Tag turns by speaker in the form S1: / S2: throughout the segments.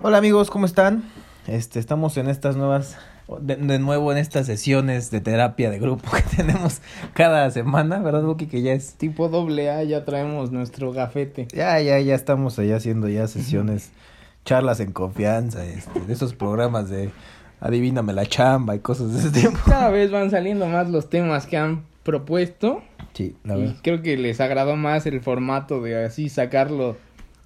S1: Hola amigos, ¿cómo están? Este, estamos en estas nuevas, de, de nuevo en estas sesiones de terapia de grupo que tenemos cada semana, ¿verdad, Buki? Que ya es...
S2: Tipo doble A, ya traemos nuestro gafete.
S1: Ya, ya, ya estamos allá haciendo ya sesiones, charlas en confianza, este, de esos programas de adivíname la chamba y cosas de ese tipo.
S2: Cada vez van saliendo más los temas que han propuesto.
S1: Sí, la
S2: Y
S1: verdad.
S2: creo que les agradó más el formato de así sacarlo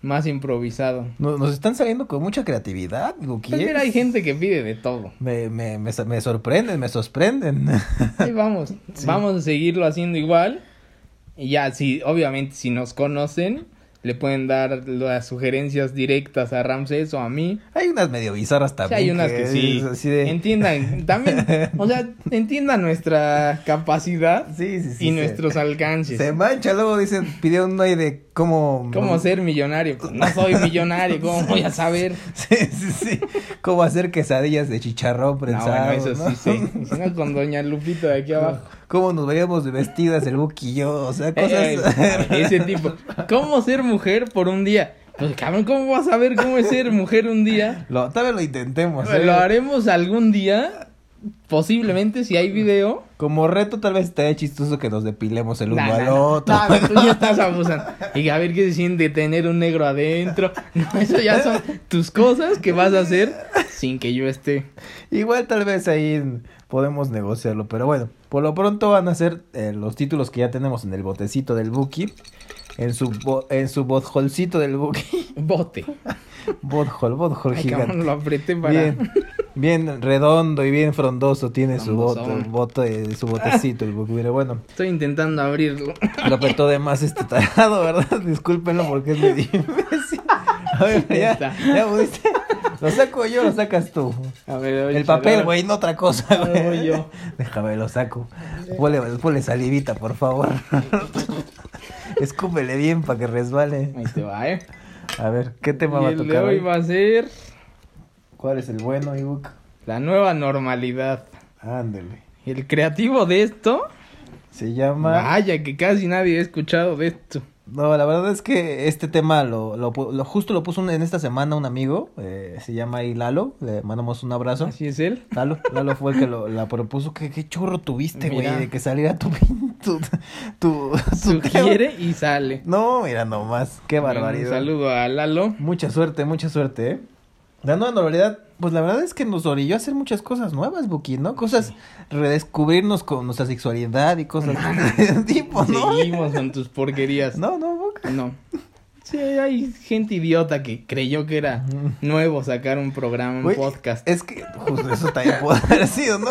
S2: más improvisado.
S1: Nos, nos están saliendo con mucha creatividad, Buki.
S2: Pues
S1: ¿eh?
S2: mira, hay gente que pide de todo.
S1: Me, me, me, me sorprenden, me sorprenden.
S2: Ahí vamos. Vamos a seguirlo haciendo igual. Y ya, si, obviamente, si nos conocen, le pueden dar las sugerencias directas a Ramses o a mí.
S1: Hay unas medio bizarras
S2: O sea,
S1: también.
S2: hay unas que
S1: es
S2: sí.
S1: así de-
S2: Entiendan, también, o sea, entiendan nuestra capacidad
S1: Sí, sí, sí.
S2: y
S1: se-
S2: nuestros alcances.
S1: Se mancha, luego dicen, pidieron una idea de cómo...
S2: ¿Cómo ser millonario? Pues no soy millonario, ¿cómo voy a saber?
S1: Sí, sí, sí. Cómo hacer quesadillas de chicharrón
S2: No,
S1: prensado.
S2: bueno, eso
S1: ¿no?
S2: sí sé. Y Si no, con doña Lupita de aquí abajo.
S1: Cómo nos veíamos de vestidas el Buki y yo, o sea, cosas...
S2: Eh, eh, ese tipo. ¿Cómo ser mujer por un día? Pues cabrón, ¿cómo vas a saber cómo es ser mujer un día?
S1: Lo, tal vez lo intentemos. ¿eh?
S2: Lo haremos algún día, posiblemente, si hay video.
S1: Como reto tal vez estaría chistoso que nos depilemos el uno
S2: Nah, nah,
S1: al
S2: nah.
S1: otro.
S2: Nah, güey, tú ya estás abusando. Y a ver qué se siente tener un negro adentro. No, eso ya son tus cosas que vas a hacer sin que yo esté.
S1: Igual tal vez ahí podemos negociarlo, pero bueno, por lo pronto van a ser eh, los títulos que ya tenemos en el botecito del Buki, en su bo- en su botjolcito del Buki,
S2: Bote.
S1: botjol, botjol
S2: Ay,
S1: gigante.
S2: cabrón, lo apreté para.
S1: Bien, bien redondo y bien frondoso tiene su bote,
S2: Frondosón.
S1: bote- su botecito el Buki. Pero bueno,
S2: Estoy intentando abrirlo.
S1: lo apretó de más este tarado, ¿verdad? Discúlpenlo porque es medio imbécil. A ver, ya,
S2: Está.
S1: ya pudiste. Lo saco yo, lo sacas tú.
S2: A ver, oye,
S1: El papel,
S2: ahora-
S1: güey, no otra cosa,
S2: Ahora
S1: güey.
S2: voy yo.
S1: Déjame, lo saco. Ponle, ponle salivita, por favor. Escúpele bien para que resbale.
S2: Ahí te va, eh.
S1: A ver, ¿qué tema
S2: y
S1: va a
S2: el
S1: tocar?
S2: de hoy
S1: hoy?
S2: va a ser
S1: ¿Cuál es el bueno, Ibuk?
S2: la nueva normalidad.
S1: Ándele.
S2: El creativo de esto.
S1: Se llama.
S2: Vaya, que casi nadie ha escuchado de esto.
S1: No, la verdad es que este tema lo, lo, pu- lo- justo lo puso un- en esta semana un amigo. eh, se llama ahí Lalo. Le mandamos un abrazo.
S2: Así es él.
S1: Lalo, Lalo fue el que lo, la propuso. ¿Qué, qué churro tuviste, güey,
S2: Mira.
S1: de que saliera tu pin- tu, tu, tu tema?
S2: Sugiere Mm, y sale.
S1: No, mira nomás, qué barbaridad.
S2: Un saludo a Lalo.
S1: Mucha suerte, mucha suerte, ¿eh? La nueva normalidad, pues la verdad es que nos orilló a hacer muchas cosas nuevas, Buki, ¿no? Cosas, redescubrirnos con nuestra sexualidad y cosas de ese tipo, ¿no?
S2: Seguimos con tus porquerías.
S1: No, no, Buki.
S2: No. Sí, hay gente idiota que creyó que era nuevo sacar un programa, un
S1: Güey,
S2: podcast.
S1: Es que justo eso también puede haber sido, ¿no?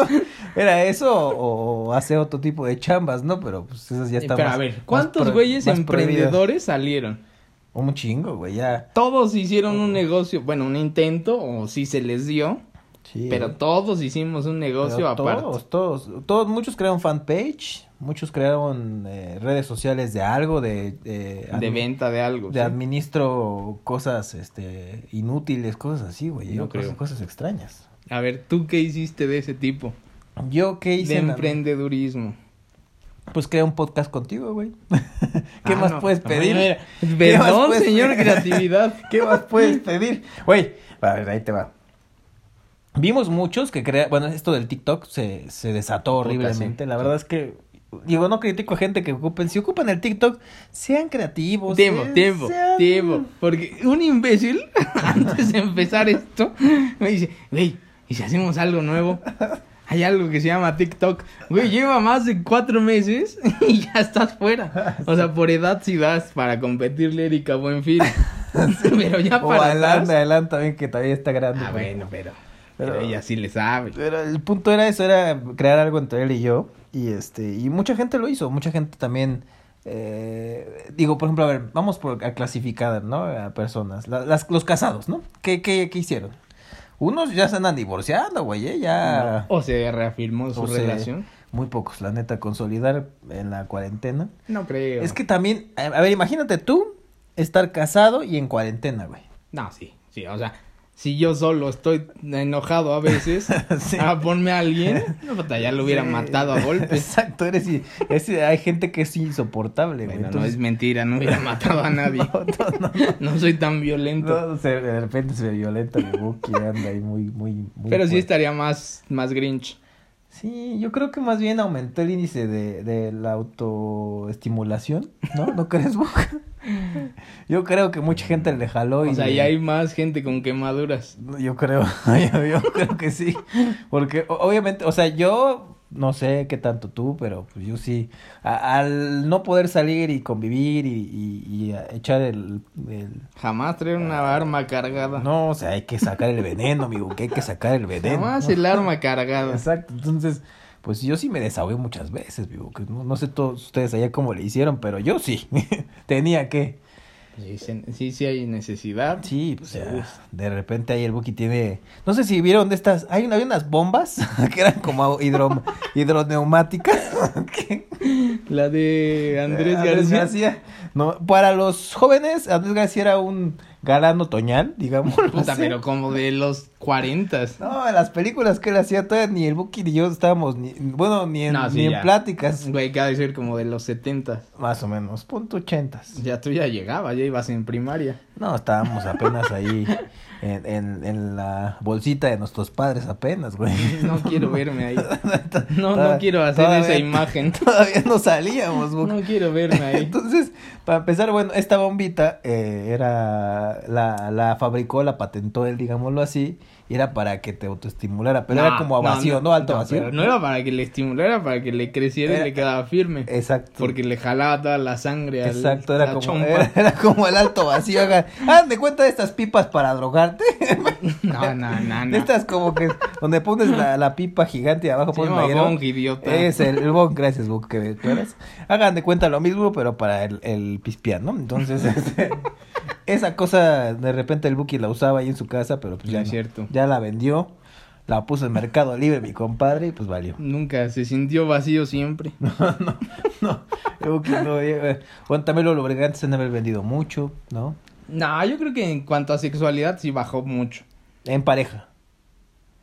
S1: Era eso o, o hace otro tipo de chambas, ¿no? Pero pues esas ya
S2: Eh,
S1: están
S2: Pero
S1: más-
S2: a ver,
S1: más
S2: ¿cuántos
S1: pro-
S2: güeyes
S1: más prohibidas.
S2: emprendedores salieron?
S1: Un chingo, güey, ya.
S2: Todos hicieron un negocio, bueno, un intento, o sí se les dio,
S1: Sí.
S2: pero todos hicimos un negocio
S1: Pero
S2: aparte.
S1: Todos, todos, todos, muchos crearon fanpage, muchos crearon eh, redes sociales de algo, de... De,
S2: de
S1: admi-
S2: venta de algo.
S1: de
S2: ¿sí?
S1: administro cosas este, inútiles, cosas así, güey.
S2: No
S1: yo cosas,
S2: creo.
S1: cosas extrañas.
S2: A ver, ¿tú qué hiciste de ese tipo?
S1: Yo qué hice...
S2: De
S1: en la-
S2: emprendedurismo.
S1: Pues creé un podcast contigo, güey. ¿Qué
S2: Ah,
S1: más
S2: no.
S1: puedes
S2: Bueno,
S1: pedir?
S2: mira,
S1: ¿Qué más
S2: Perdón,
S1: puedes
S2: señor
S1: pedir?
S2: creatividad.
S1: ¿Qué más puedes pedir? Güey, a ver, ahí te va. Vimos muchos que crea, bueno, esto del TikTok se, se desató
S2: Puta,
S1: horriblemente.
S2: sí,
S1: La
S2: sí.
S1: verdad es que, digo, no critico a gente que ocupen, si ocupan el TikTok, sean creativos.
S2: Tiempo,
S1: eh,
S2: tiempo,
S1: sean-
S2: tiempo. Porque un imbécil, antes de empezar esto, me dice, güey, ¿y si hacemos algo nuevo? Hay algo que se llama TikTok. Güey, lleva más de cuatro meses y ya estás fuera. O sea, por edad sí das para competirle a Erika Buenfil. Pero ya
S1: O
S2: para
S1: adelante,
S2: atrás-
S1: adelante también, que todavía está grande.
S2: Ah,
S1: pero-
S2: bueno, pero,
S1: Pero-
S2: pero... ella sí le sabe.
S1: Pero el punto era eso, era crear algo entre él y yo. Y este, y mucha gente lo hizo, mucha gente también. eh, digo, por ejemplo, a ver, vamos por a clasificar, ¿no? A personas. la- las, los casados, ¿no? ¿Qué, qué, qué hicieron? Unos ya se andan divorciando, güey, ¿eh? ya.
S2: O se reafirmó su
S1: o sea,
S2: relación.
S1: Muy pocos, la neta, consolidar en la cuarentena.
S2: No creo.
S1: Es que también, a a ver, imagínate tú estar casado y en cuarentena, güey.
S2: No, sí, sí, o sea, si yo solo estoy enojado a veces,
S1: Sí.
S2: a ponme a alguien, no, puta, Ah, ya lo hubiera
S1: Sí.
S2: matado a golpes.
S1: Exacto, eres, i- es- hay gente que es insoportable, güey.
S2: Bueno, no
S1: Entonces,
S2: es mentira, no hubiera matado a nadie.
S1: no, no,
S2: No soy tan violento.
S1: no, se- de repente se violenta mi Buki, anda ahí muy, muy, muy
S2: pero sí
S1: fuerte.
S2: estaría más, más grinch.
S1: Sí, yo creo que más bien aumentó el índice de, de la autoestimulación, ¿no? ¿No crees, Buki? Yo creo que mucha gente le jaló y...
S2: O sea,
S1: le-
S2: y hay más gente con quemaduras.
S1: Yo creo, yo, yo creo que sí. Porque o- obviamente, o sea, yo no sé qué tanto tú, pero pues yo sí. A- al no poder salir y convivir y, y- y a- echar el, el-
S2: Jamás traer una arma cargada.
S1: Ah. No, o sea, hay que sacar el veneno, amigo, que hay que sacar el veneno.
S2: Jamás
S1: ¿no?
S2: el arma cargada.
S1: Exacto, entonces, pues yo sí me desahogué muchas veces, vivo. Que no, no sé todos ustedes allá cómo le hicieron, pero yo sí. Tenía que.
S2: Sí, se- sí, sí hay necesidad.
S1: Sí, pues
S2: Seguro.
S1: ya, de repente ahí el Buki tiene, no sé si vieron de estas, hay una- había unas bombas que eran como hidro, hidroneumáticas. que-
S2: La de
S1: Eh,
S2: Andrés García.
S1: No, para los jóvenes, Andrés García era un galán otoñal, digamos.
S2: Puta, pero como de los cuarentas.
S1: No, en las películas que él hacía todavía ni el Buki ni yo estábamos, ni, bueno, ni en,
S2: No, sí,
S1: ni
S2: ya.
S1: en pláticas,
S2: Güey, que ha de ser como de los setentas.
S1: más o menos, punto ochentas.
S2: Ya tú ya llegabas, ya ibas en primaria.
S1: No, estábamos apenas ahí en, en, en la bolsita de nuestros padres apenas, güey.
S2: No quiero verme ahí. No, no quiero hacer
S1: Todavía-
S2: esa imagen.
S1: Todavía no salíamos, Buki.
S2: No quiero verme ahí.
S1: Entonces, para empezar, bueno, esta bombita eh, era, la, la fabricó, la patentó él, digámoslo así, y era para que te autoestimulara, pero era
S2: Ah, No,
S1: como a vacío, Ah, ¿no? Alto vacío.
S2: pero No era para que le estimulara, era para que le creciera
S1: Era-
S2: y le quedaba firme.
S1: Exacto.
S2: Porque le jalaba toda la sangre al-
S1: Exacto, era
S2: la
S1: como,
S2: chompa.
S1: era, era como el alto vacío. haga- Hagan de cuenta de estas pipas para drogarte.
S2: No, no, no,
S1: De
S2: no.
S1: estas como que donde pones la, la pipa gigante y abajo
S2: Se
S1: pones
S2: llama
S1: la hierba.
S2: bong, idiota.
S1: Es el, el bong, gracias, bong, que tú eres. Hagan de cuenta lo mismo, pero para el, el pispián, ¿no? Entonces, este, esa cosa de repente el Buki la usaba ahí en su casa, pero pues
S2: No
S1: ya.
S2: es
S1: no.
S2: cierto.
S1: Ya la vendió, la puso en Mercado Libre, mi compadre, y pues valió.
S2: Nunca se sintió vacío siempre.
S1: No, el Buki no. eh, Bueno, también los lubricantes se han de haber vendido mucho, ¿no?
S2: No, yo creo que en cuanto a sexualidad sí bajó mucho.
S1: En pareja.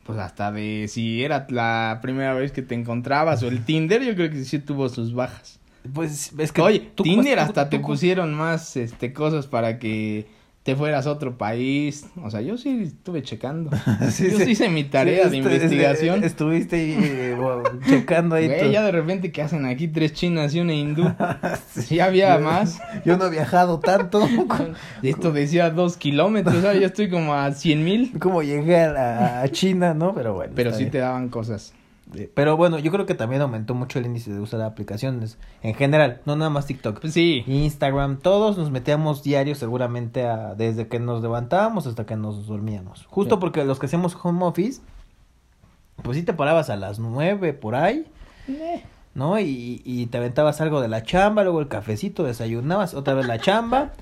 S2: Pues hasta de si era la primera vez que te encontrabas o el Tinder, yo creo que sí tuvo sus bajas.
S1: Pues es que.
S2: Oye,
S1: tú-
S2: Tinder
S1: tú-
S2: hasta
S1: tú-
S2: te
S1: tú-
S2: pusieron más este cosas para que te fueras a otro país. O sea, yo sí estuve checando.
S1: Sí,
S2: yo
S1: sí.
S2: sí hice mi tarea
S1: Sí,
S2: de
S1: estu- es-
S2: investigación.
S1: Estuviste ahí, eh, bueno, checando ahí.
S2: Güey,
S1: tu-
S2: ya de repente que hacen aquí tres chinas y una hindú. Sí, había más.
S1: Yo no he viajado tanto.
S2: Esto decía dos kilómetros, ahora yo estoy como a cien mil.
S1: Como llegué a, la- a China, ¿no? Pero bueno.
S2: Pero
S1: está
S2: sí te
S1: bien.
S2: daban cosas.
S1: Eh, Pero bueno, yo creo que también aumentó mucho el índice de uso de aplicaciones. En general, no nada más TikTok.
S2: Pues sí.
S1: Instagram, todos nos metíamos diario seguramente a- desde que nos levantábamos hasta que nos dormíamos. Justo
S2: Sí.
S1: porque los que hacíamos home office, pues sí te parabas a las nueve por ahí.
S2: Eh.
S1: ¿no? Y, y te aventabas algo de la chamba, luego el cafecito, desayunabas, otra vez la chamba,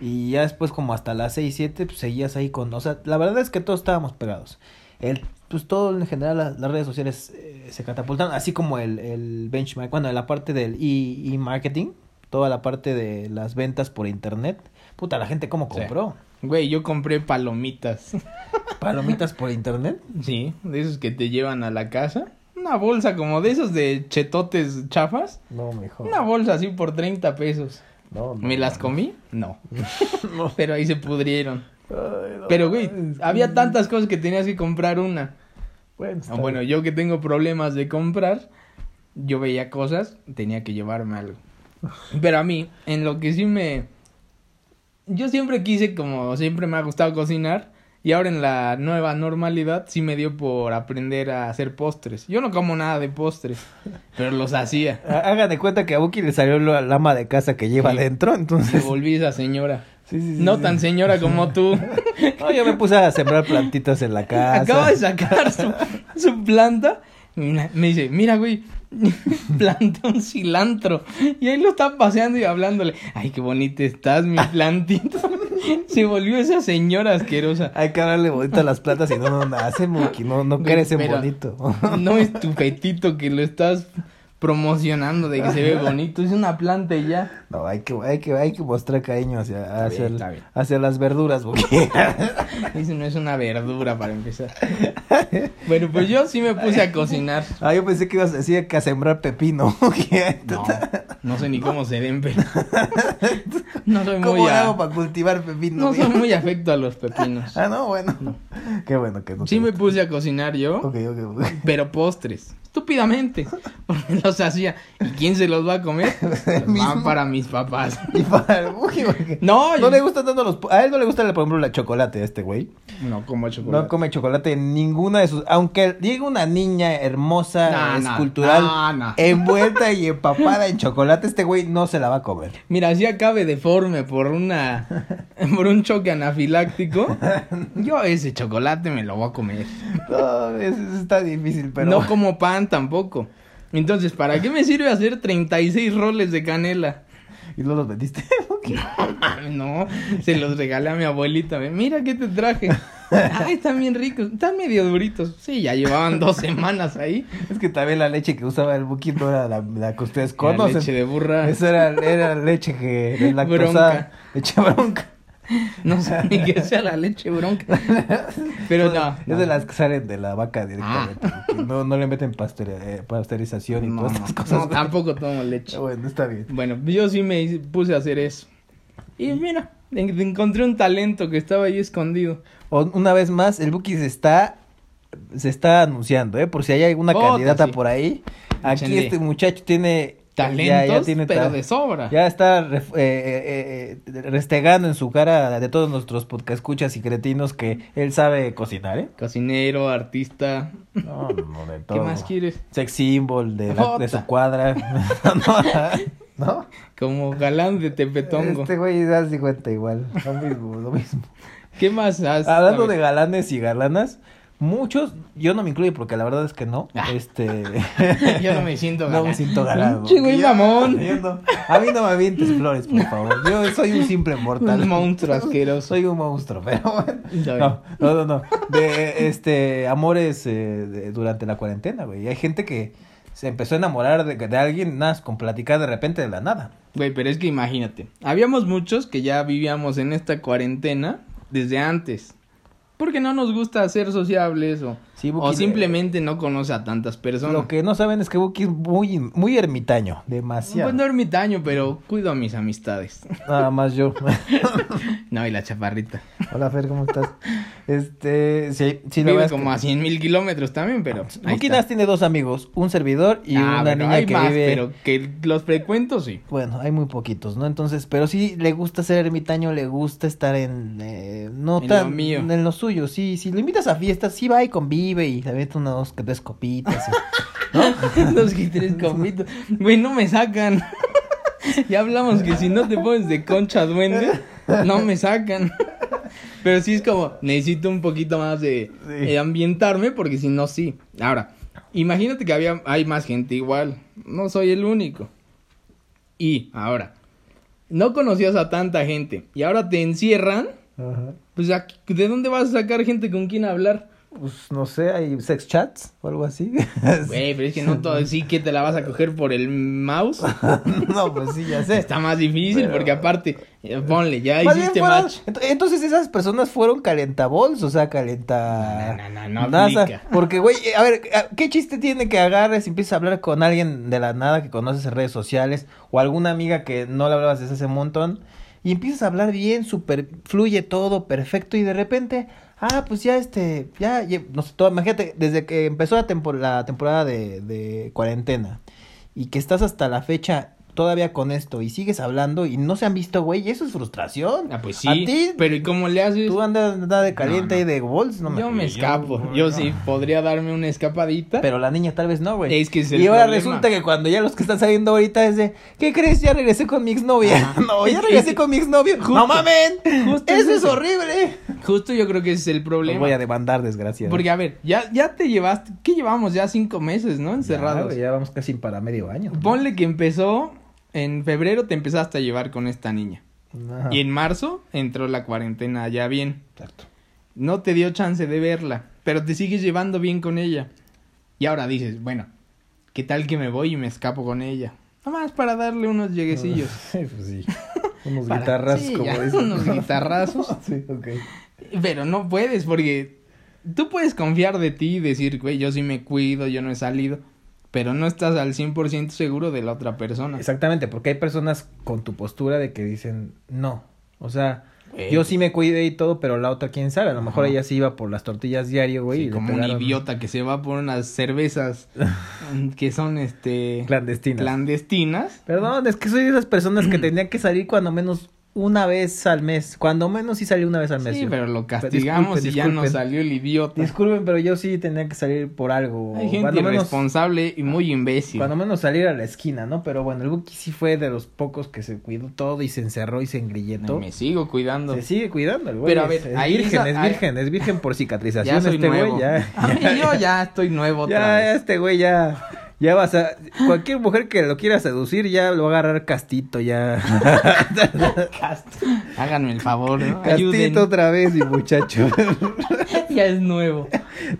S1: y ya después como hasta las 6, 7, pues seguías ahí con... O sea, la verdad es que todos estábamos pegados. El, pues todo en general, las, las redes sociales eh, se catapultan, así como el, el benchmark, bueno, la parte del e- e-marketing, toda la parte de las ventas por internet. Puta, la gente cómo
S2: Sí.
S1: compró.
S2: Güey, yo compré palomitas.
S1: Palomitas por internet.
S2: Sí, de esos que te llevan a la casa. Una bolsa como de esos de chetotes chafas.
S1: No, mejor.
S2: Una bolsa así por 30 pesos.
S1: No, no,
S2: ¿Me las
S1: no.
S2: comí? No.
S1: No.
S2: Pero ahí se pudrieron.
S1: Ay, no.
S2: Pero, güey,
S1: Es que-
S2: había tantas cosas que tenías que comprar una.
S1: Bueno, está
S2: Ah, Bueno,
S1: bien.
S2: yo que tengo problemas de comprar, yo veía cosas, tenía que llevarme algo. Pero a mí, en lo que sí me... Yo siempre quise, como siempre me ha gustado cocinar, y ahora en la nueva normalidad sí me dio por aprender a hacer postres. Yo no como nada de postres, pero los hacía.
S1: Há- Hagan de cuenta que a Buki le salió la la ama de casa que lleva
S2: Sí.
S1: adentro,
S2: Me
S1: entonces.
S2: volví esa señora.
S1: Sí, sí, sí,
S2: No
S1: sí.
S2: tan señora como tú.
S1: No, yo me puse a sembrar plantitas en la casa.
S2: Acaba de sacar su, su planta. Mira, Me dice, mira, güey, planté un cilantro. Y ahí lo está paseando y hablándole. Ay, qué bonita estás, mi plantita. Se volvió esa señora asquerosa.
S1: Hay que hablarle bonito a las plantas y no, no, no, hace Buki, no, no
S2: Güey,
S1: crece
S2: pero-
S1: bonito.
S2: No es tu petito que lo estás promocionando de que se ve bonito. Es una planta y ya.
S1: No, hay que, hay que, hay que mostrar cariño hacia, hacia,
S2: bien,
S1: el-
S2: está bien.
S1: hacia las verduras, porque...
S2: Eso no es una verdura para empezar. Bueno, pues yo sí me puse a cocinar.
S1: ah, yo pensé que ibas a decir que a sembrar pepino. que-
S2: No, no sé ni cómo se den, pero. No soy
S1: ¿Cómo
S2: muy a-
S1: hago para cultivar pepino?
S2: No soy
S1: güey?
S2: muy afecto a los pepinos.
S1: Ah, no, bueno. Qué bueno que no.
S2: Sí
S1: te
S2: me
S1: gusta.
S2: puse a cocinar yo,
S1: Ok, ok, ok.
S2: pero postres. Estúpidamente. Porque los hacía. ¿Y quién se los va a comer? Los van
S1: Mismo.
S2: para mis papás.
S1: Y para el Buki, porque
S2: No,
S1: No
S2: yo-
S1: le gustan tanto los... po- A él no le gusta, por ejemplo, la chocolate a este güey.
S2: No como chocolate.
S1: No come chocolate en ninguna de sus... Aunque llegue una niña hermosa,
S2: No, no,
S1: escultural,
S2: no, no.
S1: envuelta y empapada en chocolate, este güey no se la va a comer.
S2: Mira, así acabe deforme por una por un choque anafiláctico, yo ese chocolate me lo voy a comer.
S1: No, es- está difícil, pero...
S2: No como pan tampoco. Entonces, ¿para qué me sirve hacer 36 roles de canela?
S1: ¿Y no los vendiste?
S2: Mami, Ah, No, se los regalé a mi abuelita. ve, Mira qué te traje. Ay, están bien ricos, están medio duritos. Sí, ya llevaban dos semanas ahí.
S1: es que también la leche que usaba el Buki no era la, la que ustedes
S2: Con
S1: conocen.
S2: leche de burra.
S1: Esa era, era leche que... de
S2: Bronca.
S1: Lactosa, leche bronca.
S2: No sé ni qué sea la leche bronca. Pero no.
S1: Es
S2: no. Ah.
S1: de las que salen de la vaca directamente. que No, no le meten pasteuri- eh, pasteurización y
S2: No,
S1: todas
S2: no,
S1: estas
S2: no,
S1: cosas.
S2: tampoco tomo leche.
S1: Pero Bueno, está bien.
S2: Bueno, yo sí me hice- puse a hacer eso. Y mira, en- encontré un talento que estaba ahí escondido.
S1: O- una vez más, el Buki se está se está anunciando, ¿eh? Por si hay alguna
S2: Vota,
S1: candidata
S2: sí.
S1: por ahí. Aquí
S2: Échenle.
S1: este muchacho tiene
S2: Talentos, pero
S1: ta-
S2: de sobra.
S1: Ya está ref- eh, eh, eh, restegando en su cara de todos nuestros podcascuchas y cretinos que él sabe cocinar, ¿eh?
S2: Cocinero, artista.
S1: No, no, de
S2: ¿Qué
S1: todo.
S2: más quieres?
S1: Sex symbol de, la- de su
S2: Jota.
S1: cuadra. no, ¿no?
S2: Como galán de Tepetongo.
S1: Este güey ya se cuenta igual. Lo mismo, lo mismo.
S2: ¿Qué más has-
S1: Hablando
S2: Pues, a
S1: Ah, de
S2: ver,
S1: galanes y galanas, muchos, yo no me incluyo porque la verdad es que no.
S2: Ah.
S1: Este.
S2: Yo no me siento galán.
S1: No me siento galán.
S2: Pinche güey
S1: porque
S2: mamón.
S1: yo no- a mí no me avientes flores, por favor. Yo soy un simple mortal.
S2: Un monstruo asqueroso.
S1: Soy un monstruo, pero bueno.
S2: Está
S1: No, no, no, no. De este, amores eh, de- durante la cuarentena, güey. Y Hay gente que se empezó a enamorar de, de alguien, nada, con platicar de repente de la nada.
S2: Güey, pero es que imagínate. Habíamos muchos que ya vivíamos en esta cuarentena desde antes. Porque no nos gusta ser sociables o,
S1: Sí,
S2: o
S1: Buki, eh,
S2: simplemente no conoce a tantas personas.
S1: Lo que no saben es que Buki es muy, muy ermitaño, demasiado.
S2: Pues no ermitaño, pero cuido a mis amistades.
S1: Nada más yo.
S2: No, y la chaparrita.
S1: Hola Fer, ¿cómo estás? Este, sí, sí, la verdad
S2: vive
S1: es que-
S2: como a 100 mil kilómetros también, pero. ahí
S1: Buki
S2: está.
S1: nada más tiene dos amigos, un servidor y
S2: Ah,
S1: una
S2: bueno,
S1: niña
S2: hay
S1: que
S2: más,
S1: vive.
S2: pero que los frecuento sí.
S1: Bueno, hay muy poquitos, ¿no? Entonces, pero sí le gusta ser ermitaño, le gusta estar en. eh, no
S2: En
S1: tan.
S2: lo mío.
S1: En lo suyo, sí. Si lo invitas a fiestas, sí va y convive y le avienta unas dos, tres copitas. y-
S2: Dos que tres copitos. Güey, no me sacan. ya hablamos que si no te pones de concha duende, no me sacan. Pero sí es como, necesito un poquito más de
S1: Sí.
S2: eh, ambientarme porque si no, sí. Ahora, imagínate que había, hay más gente igual. No soy el único. Y ahora, no conocías a tanta gente y ahora te encierran.
S1: Ajá.
S2: Pues, ¿a- ¿de dónde vas a sacar gente con quien hablar?
S1: Pues no sé, hay sex chats o algo así.
S2: Güey, pero es que no todo, sí que te la vas a coger por el mouse.
S1: no, pues sí, ya sé.
S2: Está más difícil
S1: Pero-
S2: porque aparte, eh, ponle, ya
S1: Más bien
S2: hiciste
S1: fueron-
S2: match.
S1: ent- Entonces esas personas fueron calentabols, o sea, calenta...
S2: No, no, no, no
S1: NASA.
S2: aplica.
S1: Porque, güey, eh, a ver, eh, ¿qué chiste tiene que agarres y empieces a hablar con alguien de la nada que conoces en redes sociales o alguna amiga que no le hablabas desde hace un montón y empiezas a hablar bien, super, fluye todo, perfecto y de repente... Ah, pues ya este, ya, lle- no sé, todo, imagínate, desde que empezó la, tempor- la temporada de, de cuarentena y que estás hasta la fecha todavía con esto y sigues hablando y no se han visto, güey, y eso es frustración.
S2: Ah, pues
S1: A
S2: sí.
S1: ti,
S2: Pero ¿y cómo le haces?
S1: tú andas, andas de caliente
S2: No, no.
S1: y de bols, no me
S2: yo me escapo. Yo, sí podría darme una escapadita.
S1: Pero la niña tal vez no, güey.
S2: Es que es el
S1: Y ahora
S2: problema.
S1: resulta que cuando ya los que están saliendo ahorita es de, ¿qué crees? Ya regresé con mi exnovia.
S2: Ajá.
S1: no, ya
S2: Es-
S1: regresé
S2: es-
S1: con mi exnovio.
S2: Justo.
S1: no mamen.
S2: Justo es
S1: eso es
S2: eso.
S1: horrible.
S2: Justo yo creo que ese es el
S1: Los
S2: problema.
S1: voy a demandar, desgracia.
S2: Porque a ver, ya, ya te llevaste, ¿qué llevamos? Ya cinco meses, ¿no?
S1: Ya,
S2: Encerrados.
S1: güey, ya vamos casi para medio año.
S2: Ponle que empezó, en febrero te empezaste a llevar con esta niña.
S1: Ajá.
S2: Y en marzo entró la cuarentena ya bien.
S1: Exacto.
S2: No te dio chance de verla, pero te sigues llevando bien con ella. Y ahora dices, bueno, ¿Qué tal que me voy y me escapo con ella? Nomás para darle unos lleguecillos.
S1: Sí, pues sí. Unos
S2: Para-
S1: guitarras,
S2: sí,
S1: como
S2: ya,
S1: dicen.
S2: unos guitarrazos.
S1: sí, ok.
S2: Pero no puedes porque tú puedes confiar de ti y decir, güey, yo sí me cuido, yo no he salido. Pero no estás al 100% seguro de la otra persona.
S1: Exactamente, porque hay personas con tu postura de que dicen no. O sea,
S2: Güey. pues
S1: yo sí me cuidé y todo, pero la otra, quién sabe. A lo mejor
S2: Ajá.
S1: ella sí iba por las tortillas diario, güey.
S2: Sí,
S1: y le
S2: como un
S1: pegaron
S2: idiota que se va por unas cervezas mm, que son este
S1: Clandestinas.
S2: clandestinas.
S1: Perdón, es que soy de esas personas que tendrían que salir cuando menos una vez al mes. Cuando menos sí salí una vez al mes.
S2: Sí,
S1: yo.
S2: pero lo
S1: Pero
S2: castigamos
S1: disculpen,
S2: y ya nos
S1: disculpen.
S2: salió el idiota.
S1: Disculpen, pero yo sí tenía que salir por algo.
S2: Hay gente
S1: cuando menos, Ah,
S2: irresponsable y muy imbécil.
S1: cuando menos salir a la esquina, ¿no? Pero bueno, el Buki sí fue de los pocos que se cuidó todo y se encerró y se engrilletó.
S2: Me sigo cuidando.
S1: Se sigue cuidando el güey.
S2: Pero a ver,
S1: es, es
S2: ahí
S1: virgen,
S2: esa-
S1: es
S2: ahí-
S1: virgen, es virgen por cicatrización
S2: Ya soy
S1: este
S2: nuevo.
S1: güey, ya.
S2: A mí yo ya estoy nuevo
S1: Ya,
S2: otra
S1: ya,
S2: vez.
S1: este güey ya, ya vas a, cualquier mujer que lo quiera seducir ya lo va a agarrar castito ya.
S2: Háganme el favor, ¿no? Ayuden.
S1: castito otra vez, mi muchacho.
S2: Ya es nuevo.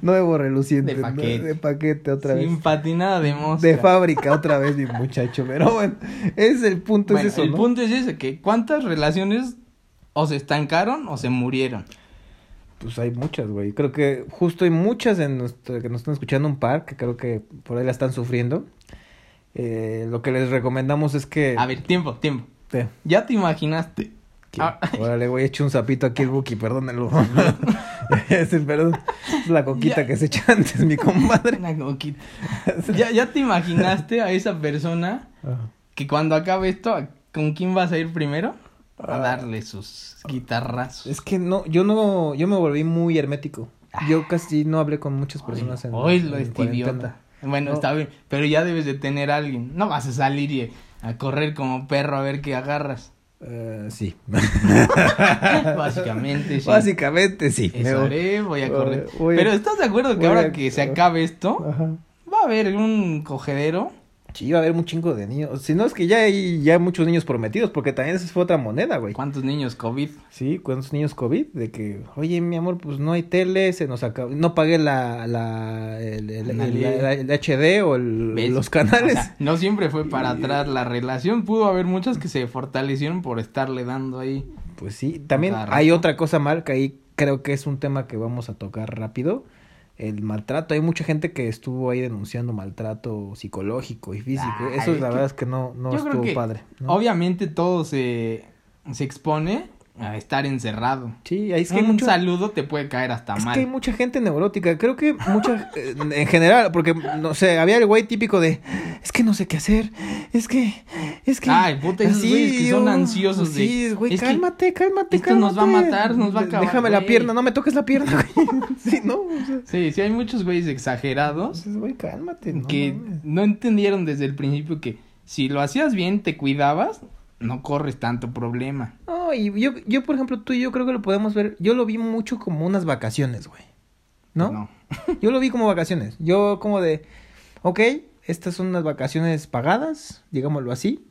S1: Nuevo reluciente.
S2: De
S1: ¿no?
S2: paquete.
S1: De paquete otra
S2: Sin
S1: vez.
S2: patinada de mosca.
S1: De fábrica otra vez, mi muchacho. Pero bueno, ese es el punto,
S2: Bueno,
S1: es eso,
S2: el
S1: ¿no?
S2: punto es ese, que cuántas relaciones o se estancaron o se murieron.
S1: Pues hay muchas, güey. Creo que justo hay muchas en nuestro, que nos están escuchando un par, que creo que por ahí la están sufriendo. Eh, lo que les recomendamos es que...
S2: A ver, tiempo, tiempo.
S1: Te-
S2: ¿Ya te imaginaste?
S1: que-
S2: Ah.
S1: Órale, güey, eché un zapito aquí el Buki, perdónenlo. es el perdón. Es la coquita
S2: Ya.
S1: que se echa antes, mi compadre.
S2: Una coquita. ¿Ya, ya te imaginaste a esa persona que cuando acabe esto, ¿a- ¿con quién vas a ir primero?
S1: Ah.
S2: A darle sus guitarrazos.
S1: Es que no, yo no, yo me volví muy hermético. Yo casi no hablé con muchas personas en
S2: Hoy Ah. lo
S1: en
S2: este
S1: cuarentena.
S2: idiota. Bueno,
S1: No.
S2: está bien, pero ya debes de tener a alguien. No vas a salir y a correr como perro a ver qué agarras.
S1: Eh, sí.
S2: Básicamente, sí.
S1: Básicamente sí.
S2: Eso
S1: Me-
S2: haré, voy a correr.
S1: Voy a-
S2: Pero ¿estás de acuerdo que
S1: voy
S2: ahora
S1: a-
S2: que se acabe esto,
S1: Ajá.
S2: va a haber un cogedero?
S1: Sí, iba a haber un chingo de niños. Si no es que ya hay ya hay muchos niños prometidos, porque también esa fue otra moneda, güey.
S2: ¿Cuántos niños COVID?
S1: Sí, ¿cuántos niños COVID? De que, oye, mi amor, pues no hay tele, se nos acabó. No pagué la, la, el, el- el-
S2: Analía.
S1: el- el HD o el-
S2: ¿Ves?
S1: los canales.
S2: O sea, no siempre fue para atrás la relación. Pudo haber muchas que se fortalecieron por estarle dando ahí.
S1: Pues sí, también
S2: Cada
S1: hay
S2: rato.
S1: otra cosa mal que ahí creo que es un tema que vamos a tocar rápido. El maltrato, hay mucha gente que estuvo ahí denunciando maltrato psicológico y físico.
S2: Ah,
S1: Eso
S2: es
S1: la
S2: que-
S1: verdad es que no, no
S2: yo creo
S1: estuvo
S2: que
S1: padre. ¿no?
S2: Obviamente todo se, se expone a estar encerrado.
S1: Sí, ahí es que hay
S2: un
S1: mucho-
S2: saludo te puede caer hasta
S1: Es
S2: mal.
S1: que hay mucha gente neurótica, creo que mucha, eh, en general, porque, no sé, había el güey típico de, es que no sé qué hacer, es que, es que...
S2: Ay, Ah, puta, esos
S1: así,
S2: güeyes que son
S1: yo-
S2: ansiosos de-
S1: Sí, güey,
S2: es que
S1: cálmate, cálmate,
S2: esto nos va a
S1: cálmate.
S2: matar, nos va a acabar,
S1: Déjame la
S2: güey.
S1: pierna, no me toques la pierna, güey. sí, no, o sea,
S2: Sí, sí, hay muchos güeyes exagerados
S1: dices, güey, cálmate. no
S2: que
S1: mames.
S2: no entendieron desde el principio que si lo hacías bien, te cuidabas, no corres tanto problema.
S1: No, y yo, yo, por ejemplo, tú y yo creo que lo podemos ver, yo lo vi mucho como unas vacaciones, güey. ¿No? Yo lo vi como vacaciones. Yo como de, ok, estas son unas vacaciones pagadas, digámoslo así,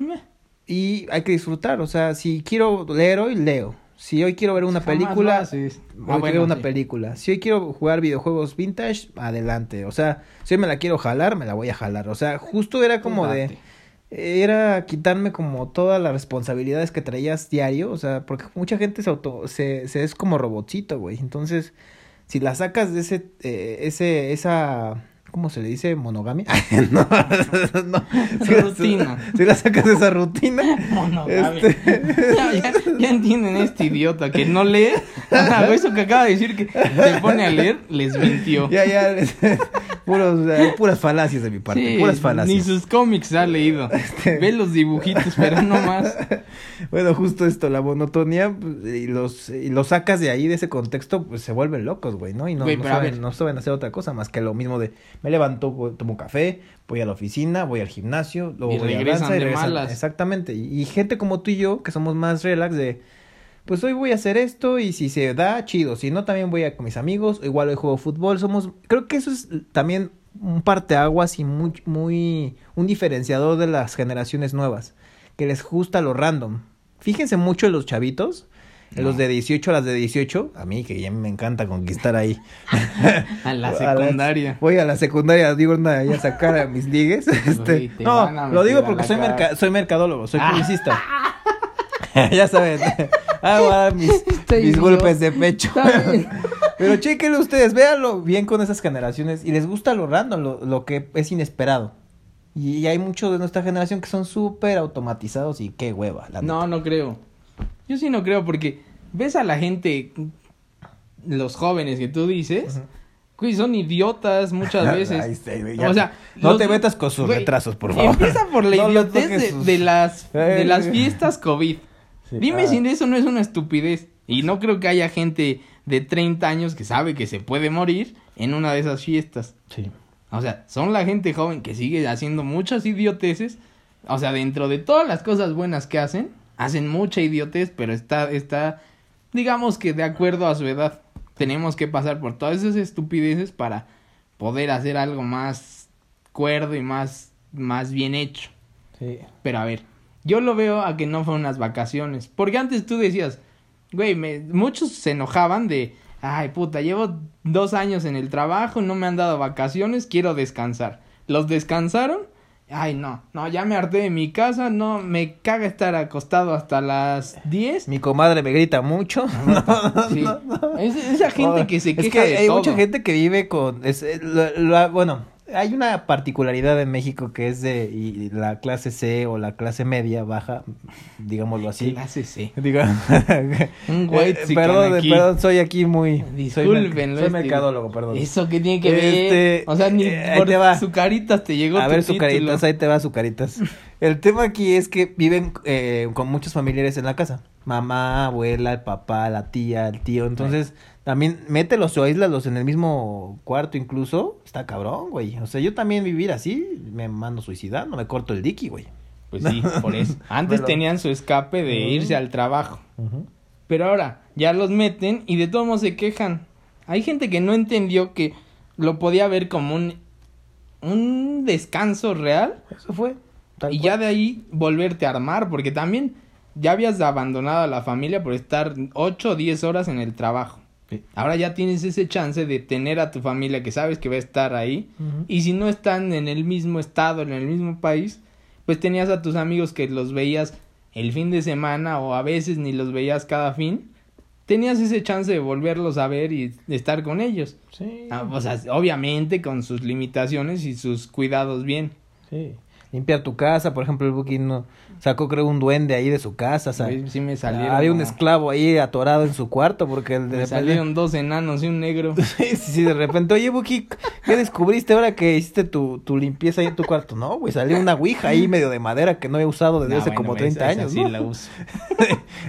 S1: Eh,
S2: Meh.
S1: y hay que disfrutar. O sea, si quiero leer hoy, leo. Si hoy quiero ver una
S2: Jamás lo
S1: película, hoy
S2: haces. Ah,
S1: quiero ver
S2: bueno,
S1: una
S2: sí.
S1: película. Si hoy quiero jugar videojuegos vintage, adelante. O sea, si hoy me la quiero jalar, me la voy a jalar. O sea, justo era como de...
S2: Date.
S1: era quitarme como todas las responsabilidades que traías diario, o sea, porque mucha gente se auto, se, se es como robotcito, güey. Entonces, si la sacas de ese, eh, ese, esa, ¿cómo se le dice? Monogamia. no, no. Si la-
S2: Rutina.
S1: Si la sacas de esa rutina.
S2: Monogamia.
S1: Este-
S2: Ya, ya- ya entienden este idiota que no lee. Ajá, Eso que acaba de decir que se pone a leer, les mintió.
S1: Ya, ya, les- puros, eh, puras falacias de mi parte,
S2: Sí,
S1: puras
S2: ni
S1: falacias. Este.
S2: sus cómics ha leído. Ve los dibujitos, pero no más.
S1: Bueno, justo esto, la monotonía, pues, y los, y los sacas de ahí, de ese contexto, pues se vuelven locos, güey, ¿no? Y no,
S2: Güey,
S1: no,
S2: pero a
S1: saben,
S2: ver.
S1: no saben hacer otra cosa más que lo mismo de, me levanto, voy- tomo café, voy a la oficina, voy al gimnasio, luego
S2: Y
S1: voy a
S2: regresan
S1: danza
S2: de malas.
S1: Exactamente, y, y gente como tú y yo, que somos más relax de, pues hoy voy a hacer esto, y si se da, chido, si no, también voy a con mis amigos, o igual hoy juego fútbol, somos, creo que eso es también un parteaguas y muy, muy, un diferenciador de las generaciones nuevas que les gusta lo random. Fíjense mucho en los chavitos Los de 18 a las de 18, a mí que ya me encanta conquistar ahí.
S2: A la
S1: A las-
S2: secundaria.
S1: voy a la secundaria diurna ahí a sacar a mis ligues. Este,
S2: te
S1: no,
S2: van a
S1: lo
S2: meter a
S1: digo
S2: la
S1: porque soy,
S2: cara.
S1: merca- soy mercadólogo, soy
S2: Ah.
S1: publicista. ya saben, hago ahora mis,
S2: Estoy
S1: mis
S2: yo.
S1: golpes de pecho.
S2: Está bien.
S1: Pero chéquenlo ustedes, véanlo bien con esas generaciones y les gusta lo random, lo, lo que es inesperado. Y hay muchos de nuestra generación que son súper automatizados y qué hueva. la
S2: No, no creo. Yo sí no creo porque ves a la gente, los jóvenes que tú dices, güey, son idiotas muchas
S1: Ay,
S2: veces.
S1: sí, güey, ya.
S2: o sea,
S1: No
S2: los-
S1: te metas con sus
S2: güey,
S1: retrasos, por favor.
S2: Empieza por la
S1: No le
S2: idiotez
S1: toques
S2: de,
S1: sus-
S2: de las, de
S1: Ay,
S2: las
S1: güey.
S2: fiestas COVID.
S1: Sí,
S2: Dime
S1: ah.
S2: si eso no es una estupidez. Y no creo que haya gente de 30 años que sabe que se puede morir en una de esas fiestas.
S1: Sí.
S2: O sea, son la gente joven que sigue haciendo muchas idioteces. O sea, dentro de todas las cosas buenas que hacen, hacen mucha idiotez, pero está, está, digamos que de acuerdo a su edad. Tenemos que pasar por todas esas estupideces para poder hacer algo más cuerdo y más, más bien hecho.
S1: Sí.
S2: Pero a ver, yo lo veo a que no fueron unas vacaciones. Porque antes tú decías, güey, me- muchos se enojaban de, ay puta, llevo dos años en el trabajo, no me han dado vacaciones, quiero descansar. ¿Los descansaron? Ay, no, no, ya me harté de mi casa, no, me caga estar acostado hasta las 10.
S1: Mi comadre me grita mucho.
S2: Sí. Es, esa gente que se
S1: Es
S2: queja de
S1: hay
S2: todo.
S1: mucha gente que vive con... es- eh, la- la- bueno, hay una particularidad en México que es de y- y la clase C o la clase media, baja, digámoslo así.
S2: Clase C.
S1: Digo,
S2: Un white
S1: Eh,
S2: chican
S1: perdón,
S2: aquí.
S1: perdón, soy aquí muy... soy merc-
S2: Disculpenlo,
S1: Soy,
S2: este-
S1: mercadólogo, perdón.
S2: Eso que tiene que ver.
S1: Este,
S2: o sea, ni
S1: eh, ahí
S2: por
S1: te va.
S2: su caritas te llegó
S1: A
S2: tu
S1: ver, su
S2: título.
S1: caritas, ahí te va su caritas. El tema aquí es que viven eh, con muchos familiares en la casa. Mamá, abuela, el papá, la tía, el tío. Entonces, también mételos o aíslalos en el mismo cuarto incluso. Está cabrón, güey. O sea, yo también vivir así, me mando suicidar, no me corto el diqui, güey.
S2: Pues sí, por eso. Antes
S1: Bueno. Mm.
S2: tenían su escape de
S1: Ujú.
S2: irse al trabajo.
S1: Ujú.
S2: Pero ahora ya los meten y de todos modos se quejan. Hay gente que no entendió que lo podía ver como un, un descanso real
S1: Eso fue. tal
S2: y
S1: cual.
S2: ya de ahí volverte a armar, porque también ya habías abandonado a la familia por estar 8 o 10 horas en el trabajo.
S1: Sí.
S2: Ahora ya tienes ese chance de tener a tu familia que sabes que va a estar ahí.
S1: Ujú.
S2: Y si no están en el mismo estado, en el mismo país, pues tenías a tus amigos que los veías el fin de semana o a veces ni los veías cada fin. Tenías ese chance de volverlos a ver y estar con ellos.
S1: Sí.
S2: Ah, o sea, obviamente con sus limitaciones y sus cuidados bien.
S1: sí. Limpiar tu casa, por ejemplo, el Booking no- sacó, creo, un duende ahí de su casa. o sea,
S2: Güey, sí me salieron.
S1: había un
S2: como-
S1: esclavo ahí atorado en su cuarto porque el de
S2: Me
S1: repente-
S2: salieron dos enanos y un negro.
S1: Sí, sí, sí, de repente, oye, Buki, ¿qué descubriste ahora que hiciste tu, tu limpieza ahí en tu cuarto? No, güey, salió una ouija ahí medio de madera que no había usado desde
S2: Ah,
S1: hace
S2: bueno,
S1: como
S2: esa-
S1: 30
S2: esa
S1: años,
S2: sí
S1: ¿no?
S2: la uso.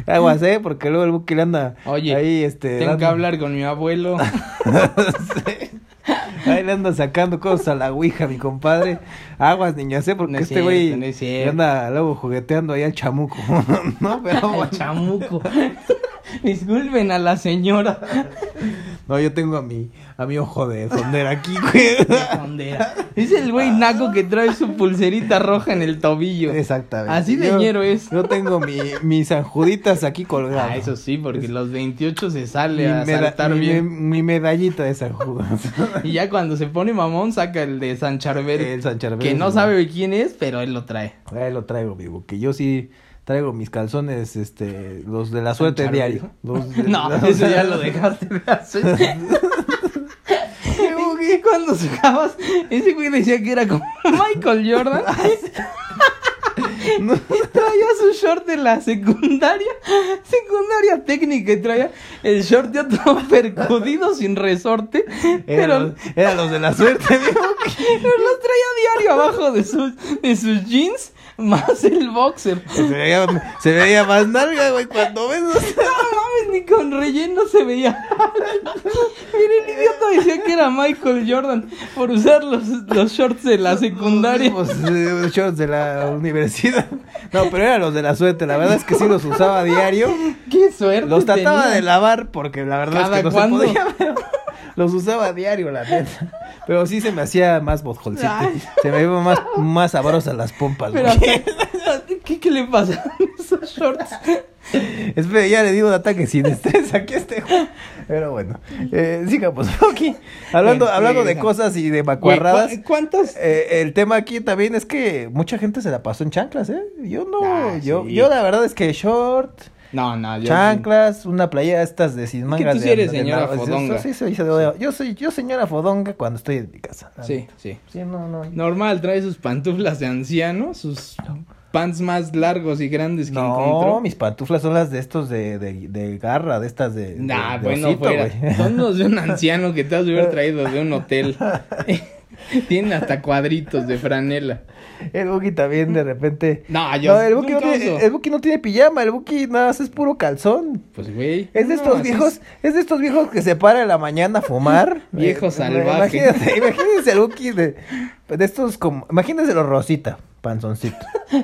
S1: Aguas, ¿eh? Porque luego el Buki le anda
S2: Oye,
S1: ahí, este...
S2: Tengo que
S1: dando-
S2: hablar con mi abuelo.
S1: Ahí le anda sacando cosas a la ouija, mi compadre. Aguas, niñas, ¿eh? Porque
S2: No es
S1: este
S2: cierto,
S1: güey
S2: no es
S1: le
S2: cierto.
S1: anda luego jugueteando ahí al chamuco. no, pero...
S2: Al
S1: bueno.
S2: chamuco. Disculpen a la señora.
S1: No, yo tengo a mi, a mi ojo de sonder aquí, güey.
S2: Es el güey naco que trae su pulserita roja en el tobillo.
S1: Exactamente.
S2: Así de
S1: Yo-
S2: ñero es.
S1: Yo tengo mi, mis anjuditas aquí colgadas.
S2: Ah, eso sí, porque los 28 se
S1: Mi,
S2: sale a
S1: meda-
S2: saltar
S1: mi-
S2: bien.
S1: mi- mi medallita de sanjudas.
S2: Y ya cuando se pone mamón, saca el de San Charbel.
S1: El San Charbel,
S2: Que no
S1: güey.
S2: sabe quién es, pero él lo trae.
S1: Ahí lo traigo, vivo. Que yo sí traigo mis calzones, este, los de la
S2: San
S1: suerte
S2: Charbel.
S1: diario. Los de-
S2: No,
S1: los-
S2: eso ya lo dejaste de hacer. Y cuando sacabas, ese güey decía que era como Michael Jordan.
S1: No.
S2: Y traía su short de la secundaria, secundaria técnica, y traía el short ya todo percudido sin resorte, pero,
S1: Eran los, eran los de la suerte, vivo.
S2: pero los traía diario abajo de sus, de sus jeans, más el boxer.
S1: Se veía, se veía más larga, güey, cuando ves. o sea,
S2: No mames, ni con relleno se veía. Mira, el idiota decía que era Michael Jordan por usar los, los shorts de la secundaria.
S1: los mismos, eh, shorts de la universidad. No, pero eran los de la suerte. La verdad es que sí los usaba a diario.
S2: Qué suerte.
S1: Los trataba
S2: tenía.
S1: de lavar porque la verdad es
S2: ¿Cada
S1: que no
S2: cuándo?
S1: se podía. pero Los usaba a diario, la neta. Pero sí se me hacía más botjolcito.
S2: Ay.
S1: Se me iban más, más sabrosas las pompas.
S2: Pero
S1: güey.
S2: hasta- ¿qué, ¿qué le pasa a esos shorts?
S1: Espera, ya le digo de ataque sin estrés aquí a este güey. Pero bueno, eh, sigamos, Rocky. Hablando,
S2: Bien,
S1: hablando de
S2: regresa.
S1: cosas y de
S2: Güey, ¿cu-
S1: macuarradas.
S2: ¿Cuántas?
S1: eh, el tema aquí también es que mucha gente se la pasó en chanclas, ¿eh? Yo no,
S2: Ah,
S1: yo,
S2: sí.
S1: yo la verdad es que short,
S2: No, no, yo.
S1: chanclas, una playera estas de sin mangas.
S2: tú sí
S1: de-
S2: eres
S1: de-
S2: señora
S1: de- yo-
S2: fodonga.
S1: sí, soy- soy- yo soy yo señora fodonga cuando estoy en mi casa. la
S2: Sí,
S1: neta.
S2: sí.
S1: Sí, no, no.
S2: Normal, trae sus pantuflas de anciano, sus pants más largos y grandes que
S1: No,
S2: encontró.
S1: mis pantuflas son las de estos de, de, de garra, de estas de, de-
S2: Nah,
S1: de
S2: bueno,
S1: osito,
S2: fuera.
S1: güey.
S2: Son los de un anciano que te has de haber traído de un hotel. Tienen hasta cuadritos de franela.
S1: El Buki también de repente.
S2: No, yo
S1: No, el Buki no,
S2: nunca
S1: tiene,
S2: uso.
S1: el Buki no tiene pijama, el Buki nada más es puro calzón.
S2: Pues, güey.
S1: Es de
S2: no,
S1: estos
S2: así
S1: viejos,
S2: es.
S1: es de estos viejos que se para en la mañana a fumar.
S2: Viejo
S1: Eh,
S2: salvaje.
S1: Imagínense, imagínense el Buki de, de estos como, imagínense los rosita, panzoncito.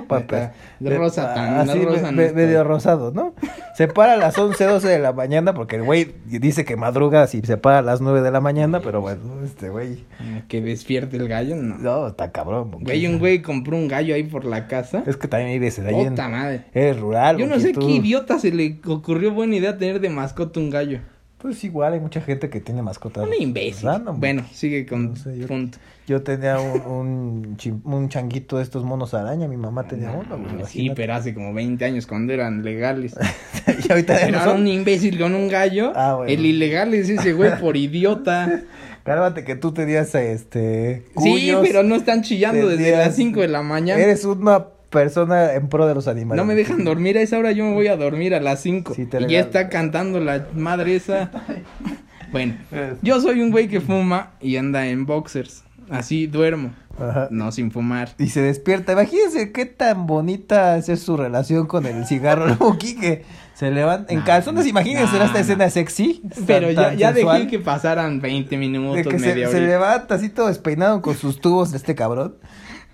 S1: papas. ah,
S2: De rosa tan-
S1: así,
S2: no, rosa
S1: me-
S2: no
S1: me-
S2: está.
S1: medio rosado, ¿no? Se para a las 11, 12 de la mañana porque el güey dice que madruga si se para a las 9 de la mañana, pero bueno, este güey,
S2: Que despierte el gallo, no.
S1: no, está cabrón. Buki.
S2: Güey, un güey compró un gallo ahí por la casa.
S1: Es que también vives ahí en,
S2: Puta madre.
S1: eres rural.
S2: Yo no
S1: Buki,
S2: sé
S1: tú-
S2: qué idiota se le ocurrió buena idea tener de mascota un gallo.
S1: Pues igual hay mucha gente que tiene mascotas.
S2: Un imbécil.
S1: random, Buki.
S2: Bueno, sigue con
S1: No sé, yo-
S2: punto.
S1: Yo tenía un, un, chim- un changuito de estos monos araña, mi mamá tenía uno, güey.
S2: Ah, sí,
S1: imagínate.
S2: pero hace como 20 años cuando eran legales.
S1: y ahorita ya
S2: Pero
S1: no
S2: ahora un
S1: son.
S2: imbécil con un gallo.
S1: Ah, bueno.
S2: El ilegal es ese güey por idiota.
S1: Cálmate que tú tenías este.
S2: sí,
S1: cuyos,
S2: pero no están chillando desde
S1: tenías-
S2: las 5 de la mañana.
S1: Eres una persona en pro de los animales.
S2: No me dejan dormir a esa hora, yo me voy a dormir a las 5.
S1: Sí, te
S2: y ya
S1: regalo.
S2: está cantando la madre esa. Bueno,
S1: Es-
S2: yo soy un güey que fuma y anda en boxers. Así duermo,
S1: Ajá.
S2: no sin fumar.
S1: Y se despierta. Imagínense qué tan bonita es su relación con el cigarro Loki que se levanta. En
S2: No,
S1: calzones, imagínense
S2: no,
S1: esta
S2: no.
S1: escena sexy.
S2: Pero
S1: tan-
S2: ya,
S1: tan
S2: ya
S1: sensual,
S2: dejé que pasaran 20 minutos,
S1: de que
S2: media
S1: se,
S2: hora.
S1: se levanta así todo despeinado con sus tubos este cabrón.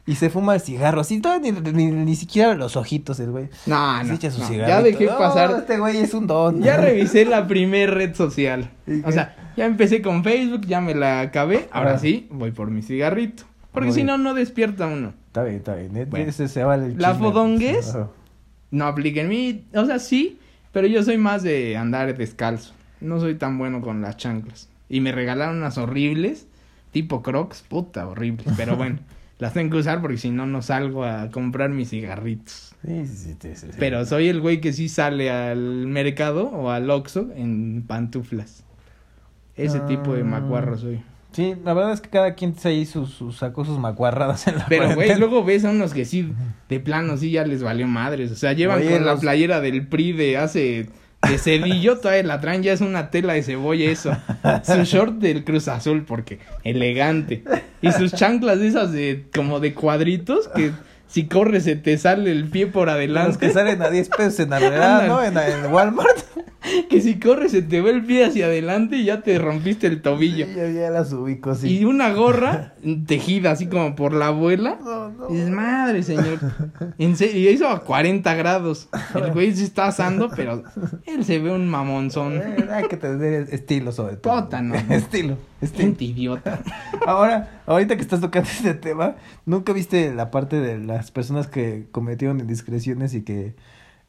S1: Y se fuma el cigarro, así todavía ni, ni, ni siquiera los ojitos el güey.
S2: Ah, No,
S1: Se
S2: no,
S1: echa su
S2: no,
S1: cigarrito.
S2: ya dejé
S1: No,
S2: pasar.
S1: Este güey es un don.
S2: Ya revisé la primer red social.
S1: ¿Y
S2: O
S1: qué?
S2: sea, ya empecé con Facebook, ya me la acabé. Ahora
S1: Ah.
S2: sí, voy por mi cigarrito. Porque
S1: Muy
S2: si
S1: bien.
S2: no, no despierta uno.
S1: Está bien, está bien. eh,
S2: Bueno.
S1: Ese se vale el
S2: La
S1: chisme.
S2: fodonguez.
S1: Ajá.
S2: No aplica en mí. O sea, sí, pero yo soy más de andar descalzo. No soy tan bueno con las chanclas. Y me regalaron unas horribles, tipo crocs, puta, horribles. Pero bueno, las tengo que usar porque si no, no salgo a comprar mis cigarritos.
S1: Sí, sí, sí, sí, sí.
S2: Pero soy el güey que sí sale al mercado o al Oxxo en pantuflas. Ese tipo de macuarro soy.
S1: Sí, la verdad es que cada quien se ahí sus, sus- sacó sus macuarradas en la
S2: Pero, güey,
S1: cuarentena.
S2: luego ves a unos que sí, de plano, sí ya les valió madres. O sea, llevan
S1: Oye,
S2: con la
S1: los-
S2: playera del PRI de hace. de Cedillo, todavía la traen, ya es una tela de cebolla eso. Su short del Cruz Azul, porque elegante. Y sus chanclas de esas de como de cuadritos que si corres se te sale el pie por
S1: Los que
S2: adelante.
S1: salen a 10 pesos en Arredad, ¿no? En, en Walmart.
S2: Que, si corres se te va el pie hacia adelante y ya te rompiste el tobillo.
S1: Sí, ya, ya las ubico,
S2: Y
S1: sí.
S2: una gorra tejida así como por la abuela.
S1: No, no.
S2: Es madre, señor. En serio, y hizo a 40 grados. El güey se está asando, pero él se ve un mamonzón.
S1: Eh, Hay que tener estilo sobre todo.
S2: Puta, no.
S1: Estilo, estilo.
S2: Gente Este idiota.
S1: Ahora, ahorita que estás tocando este tema, ¿nunca viste la parte de las personas que cometieron indiscreciones y que...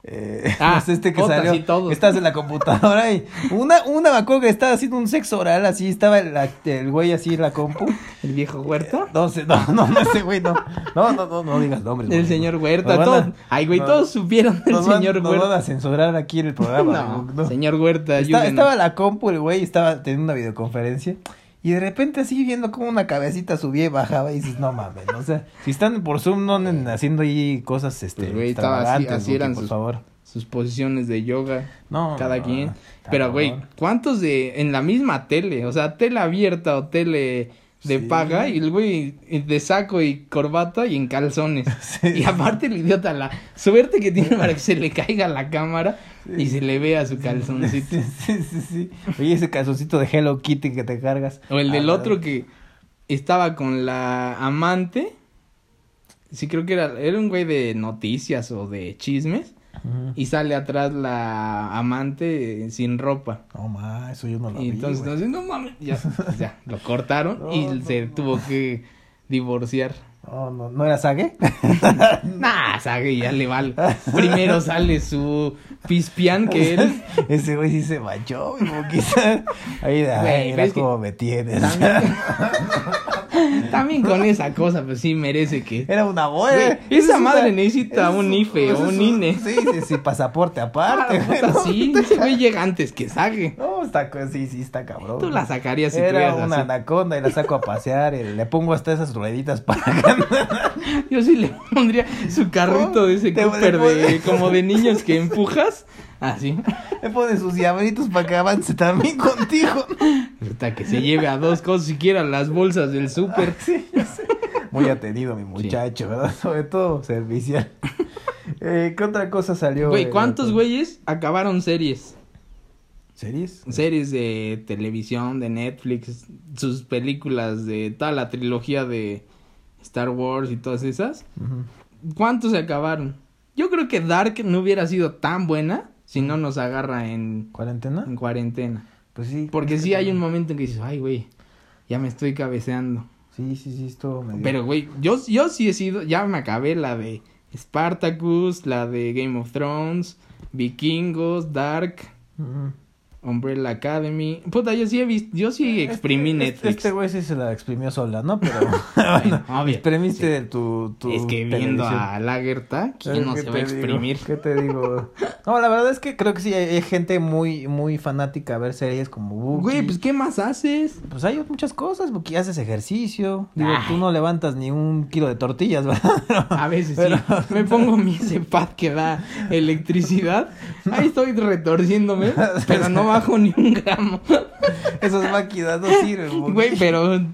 S1: Eh,
S2: Ah,
S1: no sé, este que
S2: puta,
S1: salió,
S2: sí, todos.
S1: estás en la computadora y una, una me acuerdo que estaba haciendo un sexo oral así, estaba el, el güey así en la compu.
S2: El viejo huerto.
S1: No sé, no, no, no, ese güey no, no, no, no, no digas nombres.
S2: El
S1: güey.
S2: señor huerto.
S1: Nos van a-
S2: todos- Ay, güey,
S1: no,
S2: todos supieron del
S1: nos van-
S2: señor
S1: Nos van
S2: huerto.
S1: a censurar aquí en el programa.
S2: No,
S1: güey, no.
S2: señor huerta,
S1: Esta-
S2: ayúdenos.
S1: estaba la compu, el güey, estaba teniendo una videoconferencia. Y de repente así viendo como una cabecita subía y bajaba y dices, no mames, o sea, si están por Zoom no anden haciendo ahí cosas este
S2: Eh. Pues, güey, estaba así-
S1: extravagantes,
S2: así
S1: Buki,
S2: eran
S1: por
S2: sus-
S1: favor.
S2: Sus posiciones de yoga.
S1: No.
S2: cada
S1: no,
S2: quien.
S1: no,
S2: Pero, güey,
S1: cabrón.
S2: ¿cuántos de en la misma tele? O sea, tele abierta o tele de
S1: Sí.
S2: paga y el güey de saco y corbata y en calzones.
S1: Sí.
S2: Y aparte el idiota, la suerte que tiene para que se le caiga la cámara y se le vea su calzoncito.
S1: Sí, sí, sí, sí. Oye, ese calzoncito de Hello Kitty que te cargas.
S2: O el del
S1: Ah,
S2: otro que estaba con la amante. Sí, creo que era, era un güey de noticias o de chismes.
S1: Ujú.
S2: Y sale atrás la amante eh, sin ropa.
S1: No, ma, eso yo no lo
S2: Y
S1: vi,
S2: entonces,
S1: güey.
S2: entonces, no mames, ya, ya, lo cortaron
S1: No,
S2: y
S1: no,
S2: se
S1: no.
S2: tuvo que divorciar.
S1: No, no, ¿no era Sage?
S2: Nah, Sage ya le vale. Primero sale su pispián que él.
S1: Ese güey sí se manchó, mi boquita. Ahí, ay,
S2: Güey,
S1: verás
S2: ves que-
S1: cómo me tienes.
S2: También, también con esa cosa, pues sí merece que.
S1: Era una boda.
S2: Güey,
S1: eh.
S2: esa
S1: Es
S2: madre necesita
S1: es
S2: un IFE o
S1: es
S2: un INE.
S1: Sí, sí, sí, pasaporte aparte.
S2: Ah,
S1: güey,
S2: puta,
S1: ¿no?
S2: sí, ese güey llega antes que Sage.
S1: No, está, co- sí, sí, está cabrón.
S2: Tú la sacarías si
S1: Era
S2: tuvieras
S1: una
S2: así.
S1: anaconda y la saco a pasear y le pongo hasta esas rueditas para acá.
S2: Yo sí le pondría su carrito de ese
S1: Te-
S2: Cooper
S1: te-
S2: de como de niños que empujas. Así.
S1: Le pone sus llaveritos para que avance también contigo.
S2: Hasta que se lleve a dos cosas siquiera las bolsas del súper.
S1: Sí, ya sé. Muy atenido mi muchacho, ¿verdad? Sobre todo servicial. Eh, ¿Qué otra cosa salió?
S2: Güey,
S1: eh,
S2: ¿cuántos
S1: con-
S2: güeyes acabaron series?
S1: ¿Series?
S2: Series de televisión, de Netflix, sus películas de toda la trilogía de Star Wars y todas esas.
S1: Ujú.
S2: ¿Cuántos se acabaron? Yo creo que Dark no hubiera sido tan buena si no nos agarra en,
S1: ¿Cuarentena?
S2: en cuarentena.
S1: Pues sí.
S2: Mm. Porque sí hay un momento en que dices, ay, güey, ya me estoy cabeceando.
S1: Sí, sí, sí, esto medio...
S2: Pero, güey, yo, yo sí he sido, ya me acabé la de Spartacus, la de Game of Thrones, Vikingos, Dark,
S1: Ujú.
S2: Umbrella Academy. Puta, yo sí he visto, yo sí exprimí
S1: Este-
S2: Netflix.
S1: Este güey sí se la exprimió sola, ¿no? Pero
S2: Bueno,
S1: bueno,
S2: obvio.
S1: exprimiste de tu, tu
S2: es que viendo a Lagerta, ¿quién no
S1: ¿Qué
S2: se va a
S1: te digo?
S2: exprimir?
S1: ¿Qué te digo? No, la verdad es que creo que sí hay hay gente muy, muy fanática a ver series como Buki.
S2: Güey, pues, ¿qué más haces?
S1: Pues hay muchas cosas, porque haces ejercicio. Digo,
S2: Ay.
S1: tú no levantas ni un kilo de tortillas, ¿verdad?
S2: A veces
S1: Pero-
S2: sí. Me pongo mi ese pad que da electricidad. Ahí estoy retorciéndome, pero no bajo ni un gramo.
S1: Esas máquinas no sirven, Buki.
S2: Güey, pero,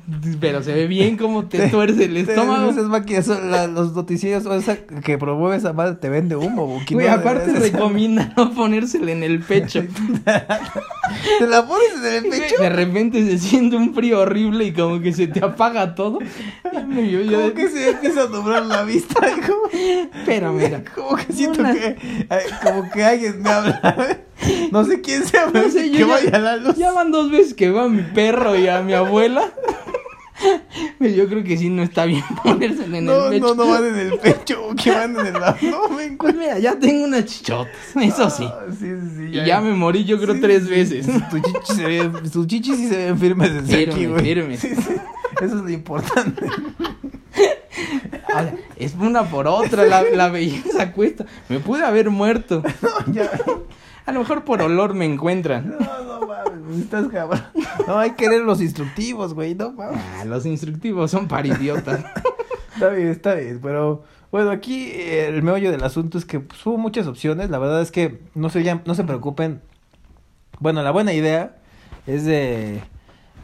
S2: pero se ve bien cómo te
S1: Te-
S2: tuerce el estómago.
S1: Esas máquinas son la- los noticieros o esa que promueve esa madre te vende humo, Buki.
S2: Güey,
S1: no
S2: aparte
S1: deberías de-
S2: recomienda no ponérsela en el pecho.
S1: Te la pones en el
S2: Güey,
S1: pecho.
S2: De repente se siente un frío horrible y como que se te apaga todo. Y yo- yo-
S1: Como que se empieza a doblar la vista. y Como,
S2: Pero mira,
S1: como que siento
S2: Una-
S1: que, ay, como que alguien me habla. No sé quién sea, pero
S2: no sé,
S1: que
S2: yo
S1: vaya
S2: ya,
S1: la luz.
S2: ya van dos veces que veo a mi perro y a mi abuela. Pero yo creo que sí no está bien ponérsela en
S1: no,
S2: el pecho.
S1: no, no van en el pecho, que van en el abdomen. güey.
S2: Pues mira, ya tengo unas chichotas, eso sí.
S1: Ah, sí, sí, sí.
S2: Y ya me morí yo creo
S1: Sí,
S2: tres
S1: sí,
S2: veces.
S1: sí, Tu chichi se ve, sus chichis sí se ven firmes desde
S2: Firme,
S1: aquí, güey.
S2: firme.
S1: Sí, sí. Eso es lo importante.
S2: Ahora, es una por otra, la, la belleza cuesta. Me pude haber muerto.
S1: No, ya.
S2: A lo mejor por olor me encuentran.
S1: No, no mames, estás cabrón. No, hay que leer los instructivos, güey, no mames.
S2: Ah, los instructivos son para idiotas.
S1: Está bien, está bien, pero bueno, aquí eh, el meollo del asunto es que pues, hubo muchas opciones, la verdad es que no se, ya- no se preocupen. Bueno, la buena idea es de...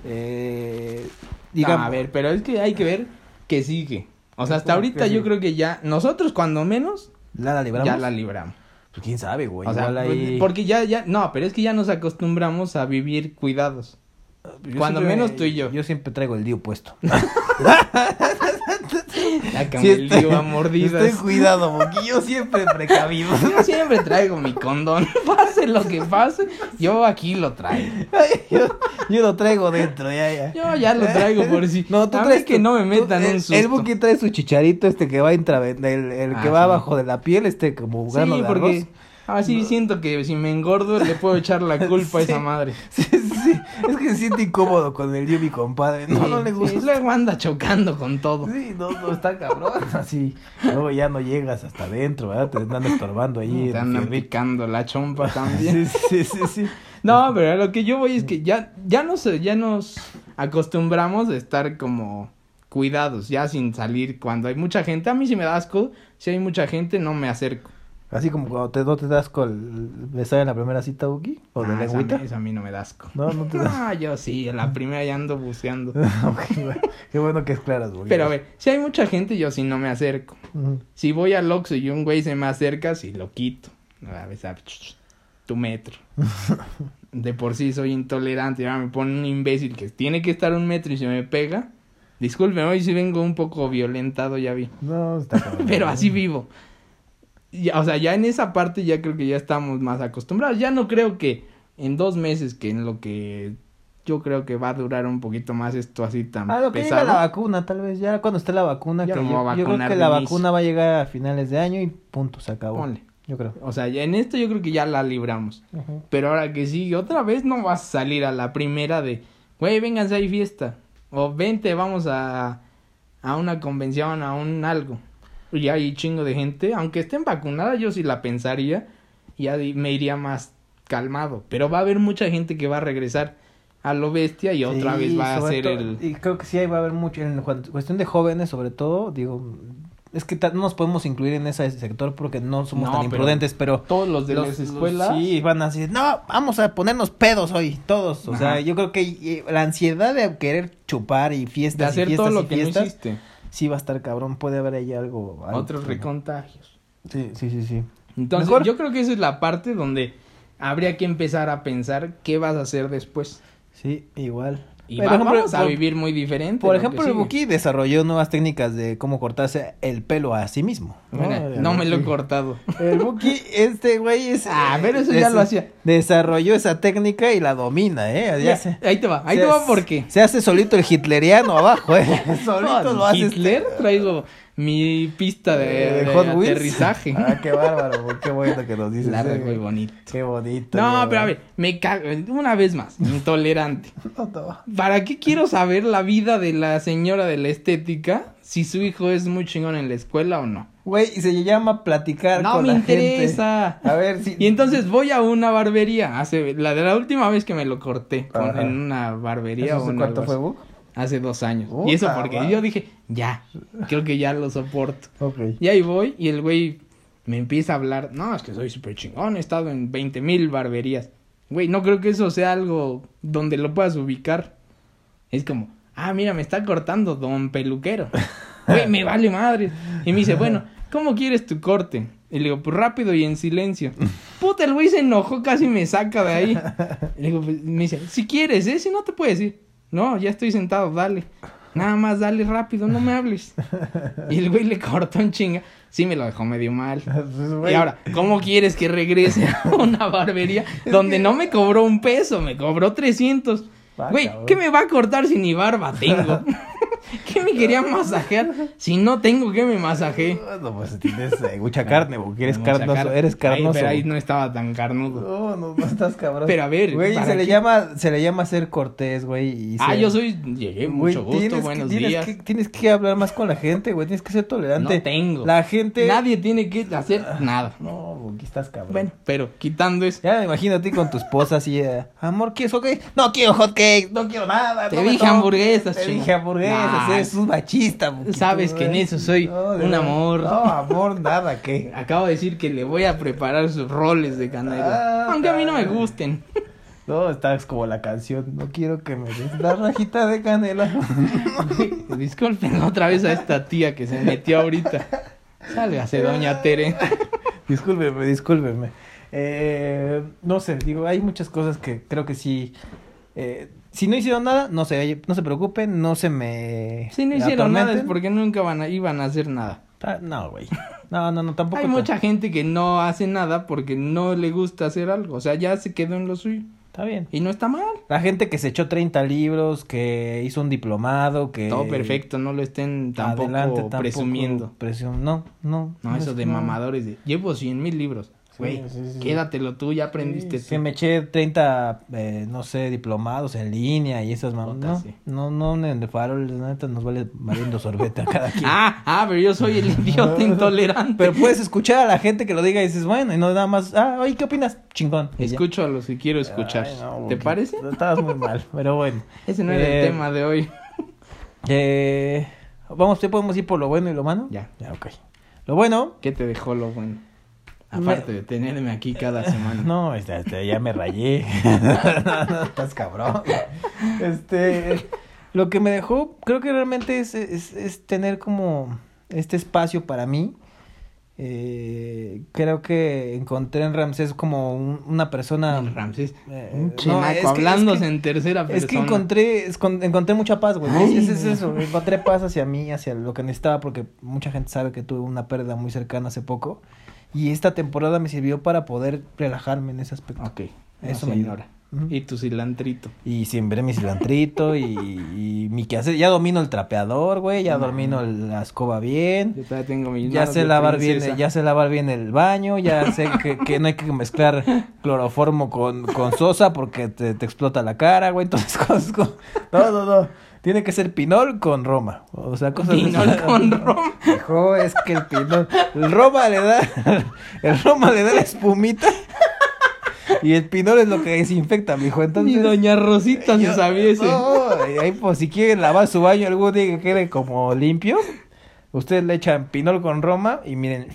S1: Eh, digamos,
S2: No, a ver, pero es que hay que ver qué sigue. O sea, hasta
S1: ¿Cómo
S2: ahorita
S1: que
S2: yo
S1: sigue?
S2: creo que ya, nosotros cuando menos,
S1: ¿la, la libramos?
S2: ya la libramos.
S1: Pues quién sabe, güey.
S2: o sea,
S1: igual ahí-
S2: porque ya, ya, no, pero es que ya nos acostumbramos a vivir cuidados.
S1: Yo
S2: cuando
S1: siempre-
S2: menos tú y yo.
S1: Yo siempre traigo el lío puesto.
S2: La
S1: Sí,
S2: camelío
S1: estoy-
S2: a mordidas.
S1: Estoy cuidado, porque yo siempre precavido.
S2: Yo siempre traigo mi condón, pase lo que pase, yo aquí lo traigo.
S1: Ay, yo, yo lo traigo dentro, ya, ya.
S2: Yo ya lo traigo por si.
S1: No, tú
S2: A mí
S1: traes
S2: que
S1: tu-
S2: no me
S1: tú-
S2: metan
S1: el-
S2: un susto.
S1: El Buki trae su chicharito este que va intraven, el, el que
S2: Ah,
S1: va
S2: sí.
S1: abajo de la piel, este como grano
S2: Sí,
S1: de
S2: porque
S1: arroz.
S2: así siento que si me engordo le puedo echar la culpa a esa
S1: Sí.
S2: madre.
S1: Sí, sí, sí. Es que se siente incómodo con el Yumi, compadre. No,
S2: Sí,
S1: no le
S2: sí,
S1: gusta.
S2: luego anda chocando con todo.
S1: Sí, no, no, está cabrón. Así, luego ya no llegas hasta adentro, ¿verdad? Te andan estorbando ahí. en
S2: Te
S1: el
S2: andan
S1: fierrito.
S2: picando la chompa también.
S1: Sí, sí, sí, sí.
S2: No, pero a lo que yo voy es que ya, ya no sé, ya nos acostumbramos a estar como cuidados, ya sin salir cuando hay mucha gente. A mí si me da asco, si hay mucha gente no me acerco.
S1: Así como cuando te, no te das con el besar en la primera cita, Buki, o de
S2: Ah, esa a mí-
S1: lengüita.
S2: esa a mí no me da asco.
S1: No, no te das.
S2: Ah, yo sí, en la primera ya ando buceando.
S1: Ok, bueno. Qué bueno que es claras, Buki.
S2: Pero a ver, si hay mucha gente, yo sí no me acerco.
S1: Ujú.
S2: Si voy al Oxxo y un güey se me acerca, sí lo quito. A ver, sabe, ch- ch- tu metro. De por sí soy intolerante. Ahora me pone un imbécil que tiene que estar un metro y se me pega. Disculpen, hoy sí vengo un poco violentado, ya vi.
S1: No, está cabrón.
S2: Pero así vivo. Ya, o sea, ya en esa parte ya creo que ya estamos más acostumbrados. Ya no creo que en dos meses, que en lo que yo creo que va a durar un poquito más esto así tan
S1: A Ah, lo que llega
S2: pesado.
S1: la vacuna, tal vez. Ya cuando esté la vacuna,
S2: Ya
S1: que
S2: no
S1: yo,
S2: va a
S1: yo creo
S2: vacunar
S1: que la
S2: de inicio.
S1: vacuna va a llegar a finales de año y punto, se acabó.
S2: Ponle.
S1: Yo creo.
S2: O sea, ya en esto yo creo que ya la libramos.
S1: Ujú.
S2: Pero ahora que sí, otra vez no vas a salir a la primera de, güey, vénganse, hay fiesta. O vente, vamos a, a una convención, a un algo. Y hay chingo de gente, aunque estén vacunadas, yo sí la pensaría. Y ya di- me iría más calmado. Pero va a haber mucha gente que va a regresar a lo bestia y otra
S1: Sí,
S2: vez va a
S1: sobre
S2: ser
S1: todo-
S2: el...
S1: Y creo que sí ahí va a haber mucho, en cuan- cuestión de jóvenes sobre todo, digo, es que ta- no nos podemos incluir en ese sector porque no somos
S2: No,
S1: tan
S2: pero
S1: imprudentes, pero...
S2: Todos los de
S1: los-
S2: las
S1: los-
S2: escuelas.
S1: sí, van así, no, vamos a ponernos pedos hoy, todos, o sea,
S2: Ajá.
S1: yo creo que eh, la ansiedad de querer chupar y fiestas y
S2: de hacer
S1: fiestas
S2: todo
S1: y
S2: lo que no
S1: fiestas,
S2: hiciste.
S1: sí va a estar cabrón, puede haber ahí algo... algo
S2: Otros
S1: extraño.
S2: recontagios.
S1: Sí, sí, sí, sí.
S2: Entonces,
S1: Mejor.
S2: yo creo que esa es la parte donde habría que empezar a pensar qué vas a hacer después.
S1: Sí, igual.
S2: Y
S1: Pero,
S2: va-
S1: por ejemplo,
S2: vamos a
S1: por-
S2: vivir muy diferente.
S1: Por
S2: lo que
S1: ejemplo, el
S2: sigue.
S1: Buki desarrolló nuevas técnicas de cómo cortarse el pelo a sí mismo.
S2: Mira, no me lo he cortado.
S1: El Buki, este güey es.
S2: Ah, pero eso ya
S1: des-
S2: lo hacía.
S1: Desarrolló esa técnica y la domina, ¿eh? Ya
S2: Mira,
S1: se-
S2: ahí te va, ahí
S1: se
S2: te va
S1: hace-
S2: porque.
S1: Se hace solito el hitleriano abajo, ¿eh? Solito lo haces.
S2: Hitler traigo mi pista de, de aterrizaje.
S1: Ah, qué bárbaro, güey, qué bueno que nos dices.
S2: Largo
S1: eh,
S2: y
S1: güey.
S2: bonito.
S1: Qué bonito.
S2: No,
S1: güey.
S2: pero a ver, me cago. Una vez más, intolerante.
S1: No, no.
S2: ¿Para qué quiero saber la vida de la señora de la estética? Si su hijo es muy chingón en la escuela o no.
S1: Güey, se llama platicar
S2: No
S1: con
S2: me
S1: la gente.
S2: interesa.
S1: A ver si.
S2: Y entonces voy a una barbería. Hace, la de la última vez que me lo corté. con-
S1: Ajá.
S2: en una barbería
S1: ¿Eso
S2: o
S1: es
S2: en
S1: ¿Cuánto
S2: algo
S1: fue,
S2: así,
S1: Buki?
S2: Hace dos años.
S1: Puta
S2: y eso porque
S1: madre.
S2: yo dije, ya, creo que ya lo soporto.
S1: Ok.
S2: Y ahí voy y el güey me empieza a hablar. No, es que soy súper chingón. He estado en 20 mil barberías. Güey, no creo que eso sea algo donde lo puedas ubicar. Es como, ah, mira, me está cortando don peluquero. Güey, me vale madre. Y me dice, bueno, ¿cómo quieres tu corte? Y le digo, pues rápido y en silencio. Puta, el güey se enojó, casi me saca de ahí. Y le digo, pues, me dice, si quieres, ¿eh? Si no te puedes ir. No, ya estoy sentado, dale. Nada más dale rápido, no me hables. Y el güey le cortó un chinga. Sí, me lo dejó medio mal.
S1: Pues,
S2: Y
S1: güey,
S2: ahora, ¿cómo quieres que regrese a una barbería donde no me cobró un peso, me cobró 300?
S1: Ah,
S2: Güey,
S1: cabrón.
S2: ¿qué me va a cortar si ni barba tengo? ¿Qué me quería masajear si no tengo que me masajee?
S1: No, pues tienes eh, mucha carne, porque eres
S2: Ah, Mucha
S1: carnoso,
S2: carne.
S1: eres
S2: Ay,
S1: carnoso.
S2: pero ahí
S1: güey.
S2: no estaba tan carnudo.
S1: no... no, no estás cabrón.
S2: Pero a ver,
S1: güey,
S2: ¿para
S1: se le
S2: qué?
S1: llama, se le llama ser cortés, güey. y
S2: Ah,
S1: ser-
S2: yo soy, llegué,
S1: Güey,
S2: mucho gusto,
S1: tienes
S2: buenos
S1: que, tienes
S2: días.
S1: que- tienes que hablar más con la gente, güey, tienes que ser tolerante.
S2: No tengo.
S1: La gente.
S2: Nadie tiene que hacer nada.
S1: No, güey, aquí estás cabrón.
S2: Bueno, pero quitando eso.
S1: Ya me imagino a ti con tu esposa así, eh, amor, ¿quieres hot cake? No quiero hot cake, no quiero nada.
S2: Te
S1: no me
S2: dije
S1: tomo".
S2: hamburguesas,
S1: Te
S2: chinga.
S1: dije hamburguesas,
S2: Nah.
S1: eres un machista. Buki,
S2: Sabes
S1: tú,
S2: que en
S1: güey.
S2: eso soy
S1: No, de
S2: un
S1: verdad.
S2: amor.
S1: No, amor, nada, ¿qué?
S2: Acabo de decir que le voy a preparar sus roles de canela.
S1: Ah,
S2: aunque a mí no me
S1: caray.
S2: gusten.
S1: No, estás como la canción, no quiero que me des la rajita de canela.
S2: Disculpen otra vez a esta tía que se metió ahorita. Sálgase, doña Tere.
S1: discúlpeme, discúlpeme. Eh, no sé, digo, hay muchas cosas que creo que sí. eh, si no hicieron nada, no se, no se preocupen, no se me.
S2: Si no hicieron nada es
S1: atormenten.
S2: porque nunca van a, iban a hacer nada.
S1: Ah, No, güey. No, no, no, tampoco.
S2: Hay
S1: tan-
S2: mucha gente que no hace nada porque no le gusta hacer algo. O sea, ya se quedó en lo suyo.
S1: Está bien.
S2: Y no está mal.
S1: La gente que se echó 30 libros, que hizo un diplomado, que.
S2: Todo perfecto, no lo estén tampoco
S1: Eh, Adelante, tampoco
S2: presumiendo.
S1: presum- No, no.
S2: No, eso
S1: es-
S2: de
S1: no.
S2: mamadores de llevo cien mil libros.
S1: Sí,
S2: Güey,
S1: sí, sí.
S2: quédatelo tú, ya aprendiste
S1: Sí,
S2: tú.
S1: me eché 30, eh, no sé, diplomados en línea y esas mamás.
S2: Puta,
S1: No,
S2: sí.
S1: no, no, en el farol, la neta, nos vale valiendo sorbete a cada quien.
S2: Ah, ah, pero yo soy el idiota intolerante.
S1: Pero puedes escuchar a la gente que lo diga y dices, bueno, y no nada más, ah, oye, ¿qué opinas? Chingón. y ya.
S2: Escucho a los que quiero escuchar.
S1: Ay, no,
S2: ¿Te
S1: porque
S2: parece?
S1: Estabas muy mal, pero bueno.
S2: Ese no era
S1: Eh,
S2: el tema de hoy.
S1: Eh, vamos, ¿te podemos ir por lo bueno y lo malo?
S2: Ya.
S1: Ya, ok. Lo bueno,
S2: ¿Qué te dejó lo bueno?
S1: Me-
S2: Aparte de tenerme aquí cada semana.
S1: No, este, este, ya me rayé. No, no, estás cabrón. Este, lo que me dejó, creo que realmente es, es, es tener como este espacio para mí. Eh, creo que encontré en Ramsés como un- una persona...
S2: El Ramsés.
S1: Eh,
S2: Un
S1: no,
S2: chinaco
S1: es que- es
S2: hablándose
S1: que-
S2: en tercera persona.
S1: Es que encontré, es- con- encontré mucha paz, güey.
S2: Ay.
S1: Es, es eso, encontré paz hacia mí, hacia lo que necesitaba, porque mucha gente sabe que tuve una pérdida muy cercana hace poco. Y esta temporada me sirvió para poder relajarme en ese aspecto.
S2: Ok.
S1: Ah, Eso
S2: Eso
S1: me
S2: me
S1: ayuda.
S2: ignora.
S1: Ujú.
S2: Y tu cilantrito.
S1: Y siembré mi cilantrito y, y mi quehacer. Ya domino el trapeador, güey. Ya
S2: No.
S1: domino el- la escoba bien.
S2: Yo todavía tengo mi
S1: Ya
S2: manos
S1: sé
S2: de
S1: lavar bien,
S2: princesa.
S1: ya sé lavar bien el baño, ya sé que, que no hay que mezclar cloroformo con, con sosa porque te, te explota la cara, güey, entonces cosas co- No, no, no. Tiene que ser pinol con Roma. O sea, cosas de-
S2: Pinol con Roma.
S1: Hijo, es que el pinol. El Roma le da. El Roma le da la espumita. Y el pinol es lo que desinfecta, mijo. Entonces.
S2: Ni doña Rosita se
S1: Yo-
S2: sabía ese.
S1: No, y ahí, pues, si quieren lavar su baño algún día que quede como limpio, ustedes le echan pinol con roma y miren,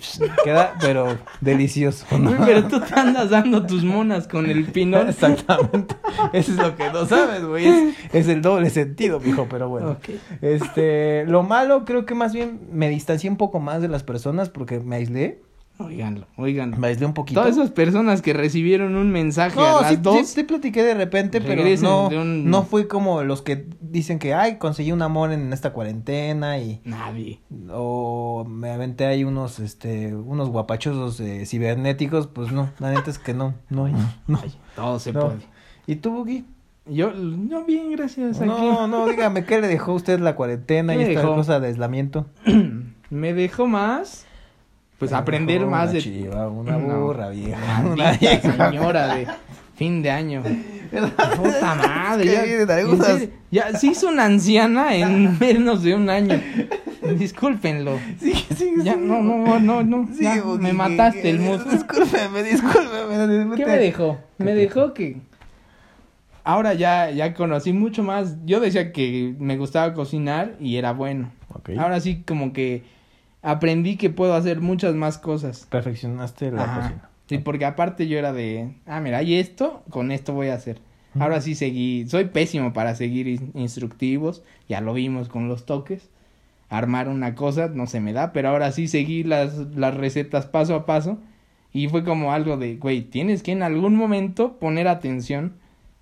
S1: queda, pero delicioso. ¿no?
S2: Güey, Pero tú te andas dando tus monas con el pinol.
S1: Exactamente. Eso es lo que no sabes, güey. Es, es el doble sentido, mijo, pero bueno.
S2: Ok.
S1: Este, lo malo creo que más bien me distancié un poco más de las personas porque me aislé.
S2: Oiganlo, oiganlo.
S1: Me aislé un poquito.
S2: Todas esas personas que recibieron un mensaje
S1: No,
S2: a las
S1: sí,
S2: dos.
S1: sí, sí platiqué de repente, pero
S2: Regresen
S1: no,
S2: de un-
S1: no fui como los que dicen que, ay, conseguí un amor en esta cuarentena y...
S2: Nadie.
S1: o me aventé ahí unos este unos guapachosos eh, cibernéticos, pues no, la neta es que no, no hay, no.
S2: Ay, todo se
S1: No.
S2: puede.
S1: ¿Y tú, Bugi?
S2: Yo, no, bien, gracias.
S1: No,
S2: aquí.
S1: no, dígame, ¿qué le dejó a usted la cuarentena y
S2: ¿Qué le
S1: esta
S2: dejó?
S1: cosa de aislamiento?
S2: Me dejó más. Pues
S1: Me
S2: aprender
S1: dejó
S2: más
S1: una
S2: de.
S1: chiva, una
S2: No.
S1: burra vieja, una
S2: Maldita
S1: vieja.
S2: señora de fin de año. Puta madre.
S1: Es que
S2: ya,
S1: vienen
S2: en
S1: algunas.
S2: serio, ya se hizo una anciana en menos de un año. Discúlpenlo.
S1: Sí, sí,
S2: Ya,
S1: sí.
S2: no, no, no, no.
S1: Sí,
S2: ya,
S1: Bugi,
S2: me
S1: que-
S2: mataste
S1: que-
S2: el mood.
S1: Discúlpeme, discúlpeme.
S2: ¿Qué me dejó? Me dejó que. Ahora ya, ya conocí mucho más. Yo decía que me gustaba cocinar y era bueno.
S1: Ok.
S2: Ahora sí, como que aprendí que puedo hacer muchas más cosas.
S1: Perfeccionaste la
S2: Ajá.
S1: cocina.
S2: Sí, porque aparte yo era de, ah, mira, y esto, con esto voy a hacer. Ahora sí seguí, soy pésimo para seguir in- instructivos, ya lo vimos con los toques. Armar una cosa no se me da, pero ahora sí seguí las, las recetas paso a paso. Y fue como algo de, güey, tienes que en algún momento poner atención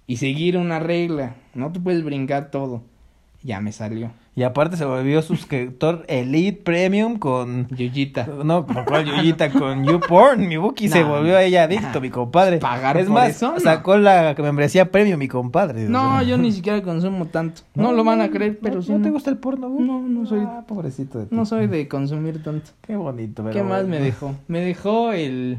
S2: y seguir una regla. No te puedes brincar todo. Ya me salió.
S1: Y aparte se volvió suscriptor Elite Premium con
S2: Yuyita.
S1: No, con cuál Yuyita, con YouPorn, mi Buki se
S2: No,
S1: volvió a ella adicto,
S2: no.
S1: mi compadre.
S2: ¿Pagar
S1: es
S2: por
S1: más,
S2: eso? No.
S1: sacó la membresía premio, mi compadre. O
S2: No,
S1: sea,
S2: yo ni siquiera consumo tanto. No, lo van a creer, pero
S1: no,
S2: sí.
S1: ¿No te
S2: no.
S1: gusta el porno, güey?
S2: No, no soy-
S1: Ah, pobrecito de ti.
S2: No soy de consumir tanto.
S1: Qué bonito, pero
S2: ¿Qué más me
S1: bueno.
S2: dejó? Me dejó el...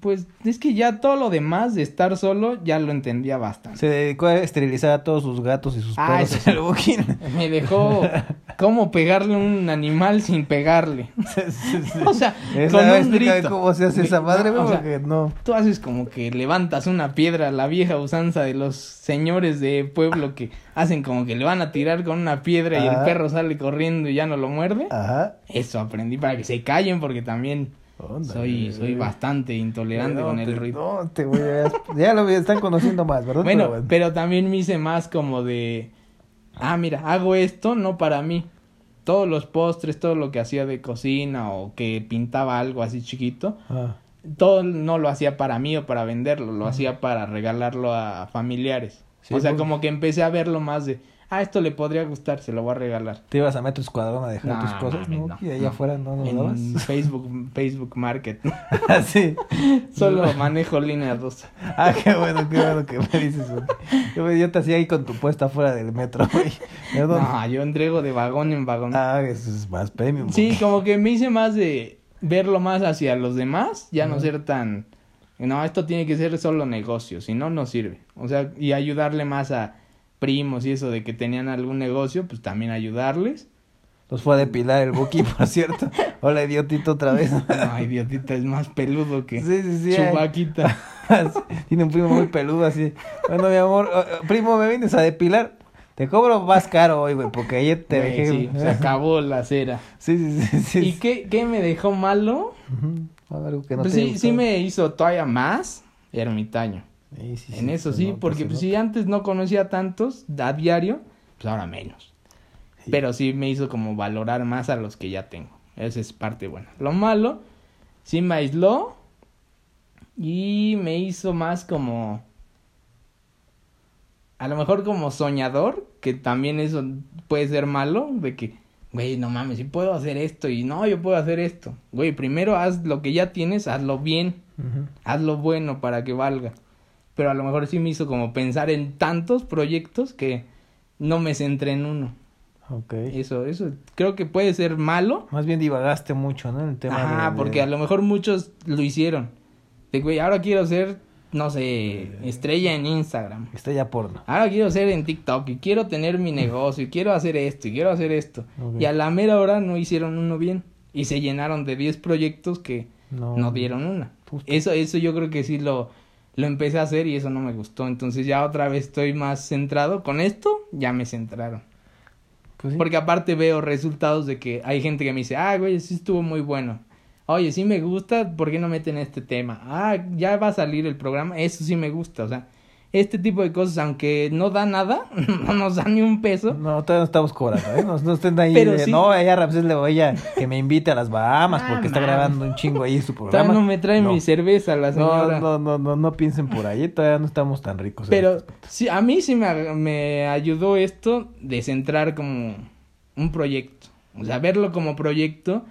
S2: Pues es que ya todo lo demás de estar solo ya lo entendía bastante.
S1: Se dedicó a esterilizar a todos sus gatos y sus
S2: Ah,
S1: perros.
S2: eso.
S1: el Buki.
S2: Me dejó cómo pegarle a un animal sin pegarle.
S1: Sí, sí, sí.
S2: O sea,
S1: Esa-
S2: con un
S1: explícame
S2: grito.
S1: cómo se hace esa
S2: Me-
S1: madre,
S2: o
S1: güey,
S2: sea,
S1: porque no.
S2: Tú haces como que levantas una piedra, la vieja usanza de los señores de pueblo que hacen como que le van a tirar con una piedra y el
S1: Ajá.
S2: perro sale corriendo y ya no lo muerde.
S1: Ajá.
S2: Eso aprendí para que se callen porque también
S1: Onda,
S2: soy,
S1: güey.
S2: soy bastante intolerante
S1: No,
S2: con
S1: te-
S2: el ruido.
S1: No, te voy a... Ya lo están conociendo más, ¿verdad?
S2: Bueno,
S1: Pero
S2: pero también me hice más como de, ah, mira, hago esto no para mí. Todos los postres, todo lo que hacía de cocina o que pintaba algo así chiquito,
S1: Ah.
S2: todo no lo hacía para mí o para venderlo, lo hacía para regalarlo a familiares.
S1: Sí,
S2: o sea,
S1: pues.
S2: como que empecé a verlo más de, ah, esto le podría gustar, se lo voy a regalar.
S1: Te ibas a metro escuadrón a dejar
S2: No,
S1: tus cosas,
S2: mames,
S1: ¿no?
S2: no,
S1: Y ahí
S2: no.
S1: afuera no lo dabas.
S2: En Facebook, Facebook Market.
S1: Ah, sí.
S2: Solo manejo línea 2.
S1: Ah, qué bueno, qué bueno que me dices, güey. Yo, me- yo te hacía ahí con tu puesta afuera del metro, güey. Perdón.
S2: No, yo entrego de vagón en vagón.
S1: Ah, eso es más premium.
S2: Sí,
S1: güey.
S2: como que me hice más de verlo más hacia los demás, ya no ser tan... No, esto tiene que ser solo negocio, si no, no sirve. O sea, y ayudarle más a primos y eso de que tenían algún negocio, pues también ayudarles.
S1: Nos fue a depilar el Buki, por cierto. Hola, idiotito, otra vez.
S2: Ay, idiotita, es más peludo que
S1: Sí, sí, sí. ay.
S2: chubaquita.
S1: Tiene un primo muy peludo así. Bueno, mi amor, eh, eh, primo, ¿me vienes a depilar? Te cobro más caro hoy, güey, porque ayer te
S2: Güey,
S1: dejé...
S2: sí, se acabó la cera.
S1: Sí, sí, sí, sí.
S2: ¿Y qué, qué me dejó malo?
S1: Ujú. Algo que no
S2: pues
S1: te haya
S2: sí, sí
S1: gustado.
S2: me hizo todavía más ermitaño.
S1: Sí, sí,
S2: en
S1: sí,
S2: eso
S1: se
S2: sí,
S1: nota,
S2: porque
S1: se
S2: pues,
S1: nota.
S2: si antes no conocía tantos a diario, pues ahora menos.
S1: Sí.
S2: Pero sí me hizo como valorar más a los que ya tengo. Esa es parte buena. Lo malo, sí me aisló y me hizo más como... A lo mejor como soñador, que también eso puede ser malo, de que, güey, no mames, si puedo hacer esto y no, yo puedo hacer esto. Güey, primero haz lo que ya tienes, hazlo bien,
S1: Ujú.
S2: hazlo bueno para que valga. pero a lo mejor sí me hizo como pensar en tantos proyectos que no me centré en uno.
S1: Ok.
S2: Eso, eso creo que puede ser malo.
S1: Más bien divagaste mucho, ¿no? En El tema de-
S2: Ah,
S1: de-
S2: porque a lo mejor muchos lo hicieron. De güey, ahora quiero ser, no sé, estrella en Instagram.
S1: Está ya porno.
S2: Ahora quiero ser en TikTok y quiero tener mi negocio y quiero hacer esto y quiero hacer esto.
S1: Ok.
S2: Y a la mera hora no hicieron uno bien y se llenaron de 10 proyectos que
S1: No.
S2: no dieron una.
S1: Justo.
S2: Eso, eso yo creo que sí lo, lo empecé a hacer y eso no me gustó. Entonces ya otra vez estoy más centrado. Con esto ya me centraron.
S1: Pues sí.
S2: Porque aparte veo resultados de que hay gente que me dice, ah, güey, sí estuvo muy bueno. Oye, sí me gusta, ¿por qué no meten este tema? Ah, ya va a salir el programa, eso sí me gusta, o sea, este tipo de cosas, aunque no da nada, no nos da ni un peso.
S1: No, todavía no estamos cobrando, ¿eh? No, no estén ahí
S2: Pero
S1: de,
S2: sí.
S1: no, ella Ramsés le voy a que me invite a las Bahamas
S2: Ah,
S1: porque está
S2: mames.
S1: grabando un chingo ahí su
S2: Todavía
S1: programa.
S2: no me traen
S1: No.
S2: mi cerveza la
S1: No,
S2: señora.
S1: no, no, no, no piensen por ahí, todavía no estamos tan ricos. ¿eh?
S2: Pero sí, a mí sí me, a- me ayudó esto de centrar como un proyecto. O sea, verlo como proyecto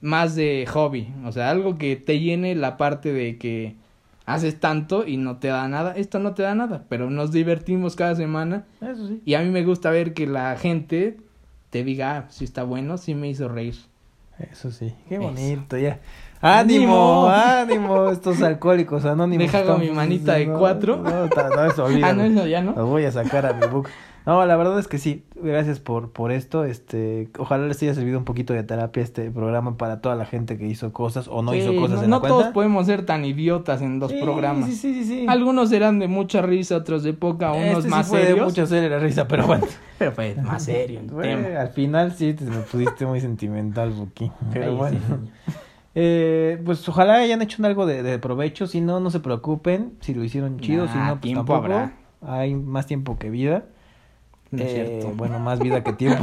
S2: más de hobby. O sea, algo que te llene la parte de que haces tanto y no te da nada. Esto no te da nada, pero nos divertimos cada semana.
S1: Eso sí.
S2: Y a mí me gusta ver que la gente te diga, ah, sí está bueno, sí me hizo reír.
S1: Eso sí. Qué
S2: Eso.
S1: bonito, ya. ¡Ánimo!
S2: ¡Ánimo!
S1: ánimo, estos alcohólicos anónimos. pues,
S2: Deja con mi manita de
S1: no,
S2: cuatro.
S1: No, ta- no, eso, olvídalo.
S2: Ah, no, eso ya no.
S1: Los voy a sacar a mi book. No, la verdad es que sí. Gracias por, por esto. Este, ojalá les haya servido un poquito de terapia este programa para toda la gente que hizo cosas o no
S2: Sí,
S1: hizo cosas
S2: no,
S1: en la
S2: no todos
S1: cuenta.
S2: podemos ser tan idiotas en los
S1: Sí,
S2: programas.
S1: Sí, sí, sí, sí.
S2: Algunos serán de mucha risa, otros de poca, unos
S1: Este sí
S2: más
S1: fue de
S2: serios.
S1: mucha serie la risa, pero pues, bueno.
S2: Pero fue más serio el
S1: Güey,
S2: tema.
S1: al final sí te me pusiste muy sentimental, Buki. Pero
S2: Ay,
S1: bueno.
S2: sí, niño.
S1: Eh, pues ojalá hayan hecho algo de, de provecho. Si no, no se preocupen. Si lo hicieron chido, si
S2: Nah,
S1: no, pues
S2: tiempo
S1: tampoco.
S2: habrá.
S1: Hay más tiempo que vida.
S2: No es
S1: Eh,
S2: cierto.
S1: Bueno, más vida que tiempo.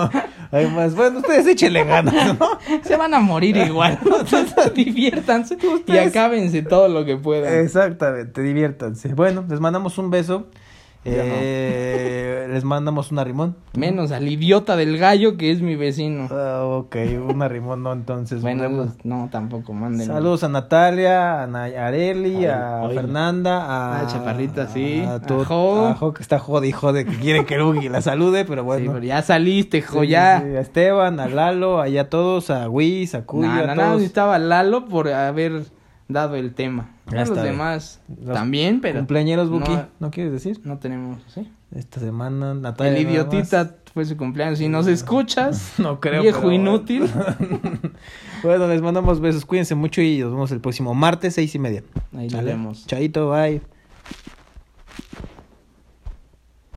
S1: Hay más. Bueno, ustedes échenle ganas, ¿no?
S2: Se van a morir igual. Entonces, diviértanse y
S1: Ustedes-
S2: acábense todo lo que puedan.
S1: Exactamente, diviértanse. Bueno, les mandamos un beso.
S2: Ya
S1: Eh, Les mandamos una rimón.
S2: Menos al idiota del gallo que es mi vecino.
S1: Ah, ok, una rimón, no, entonces.
S2: bueno,
S1: mandamos-
S2: pues, no, tampoco, manden.
S1: Saludos a Natalia, a Nayareli,
S2: Ay,
S1: a
S2: ay.
S1: Fernanda, a...
S2: Ah, Chaparrita, sí.
S1: A,
S2: A
S1: tu-
S2: Jo.
S1: a Jo, que está jode y jode, que quiere que Lugi la salude, pero
S2: Sí,
S1: bueno.
S2: pero ya saliste, jo,
S1: Sí,
S2: ya.
S1: sí, a Esteban, a Lalo, allá a todos, a Wiz, a Cuyo,
S2: Nah,
S1: a
S2: nah, nah,
S1: todos.
S2: estaba Lalo por haber dado el tema.
S1: Ya
S2: A los
S1: está bien.
S2: demás
S1: Los
S2: también, pero
S1: Cumpleañeros, Buki,
S2: no-
S1: no, quieres decir?
S2: no tenemos, ¿sí?
S1: Esta semana, Natalia.
S2: El
S1: nada más.
S2: idiotita fue su cumpleaños. Si nos escuchas,
S1: No creo,
S2: viejo
S1: pero-
S2: inútil.
S1: Bueno, les mandamos besos, cuídense mucho y nos vemos el próximo martes, seis y media.
S2: Ahí nos
S1: ¿Sale?
S2: vemos.
S1: Chaito, bye.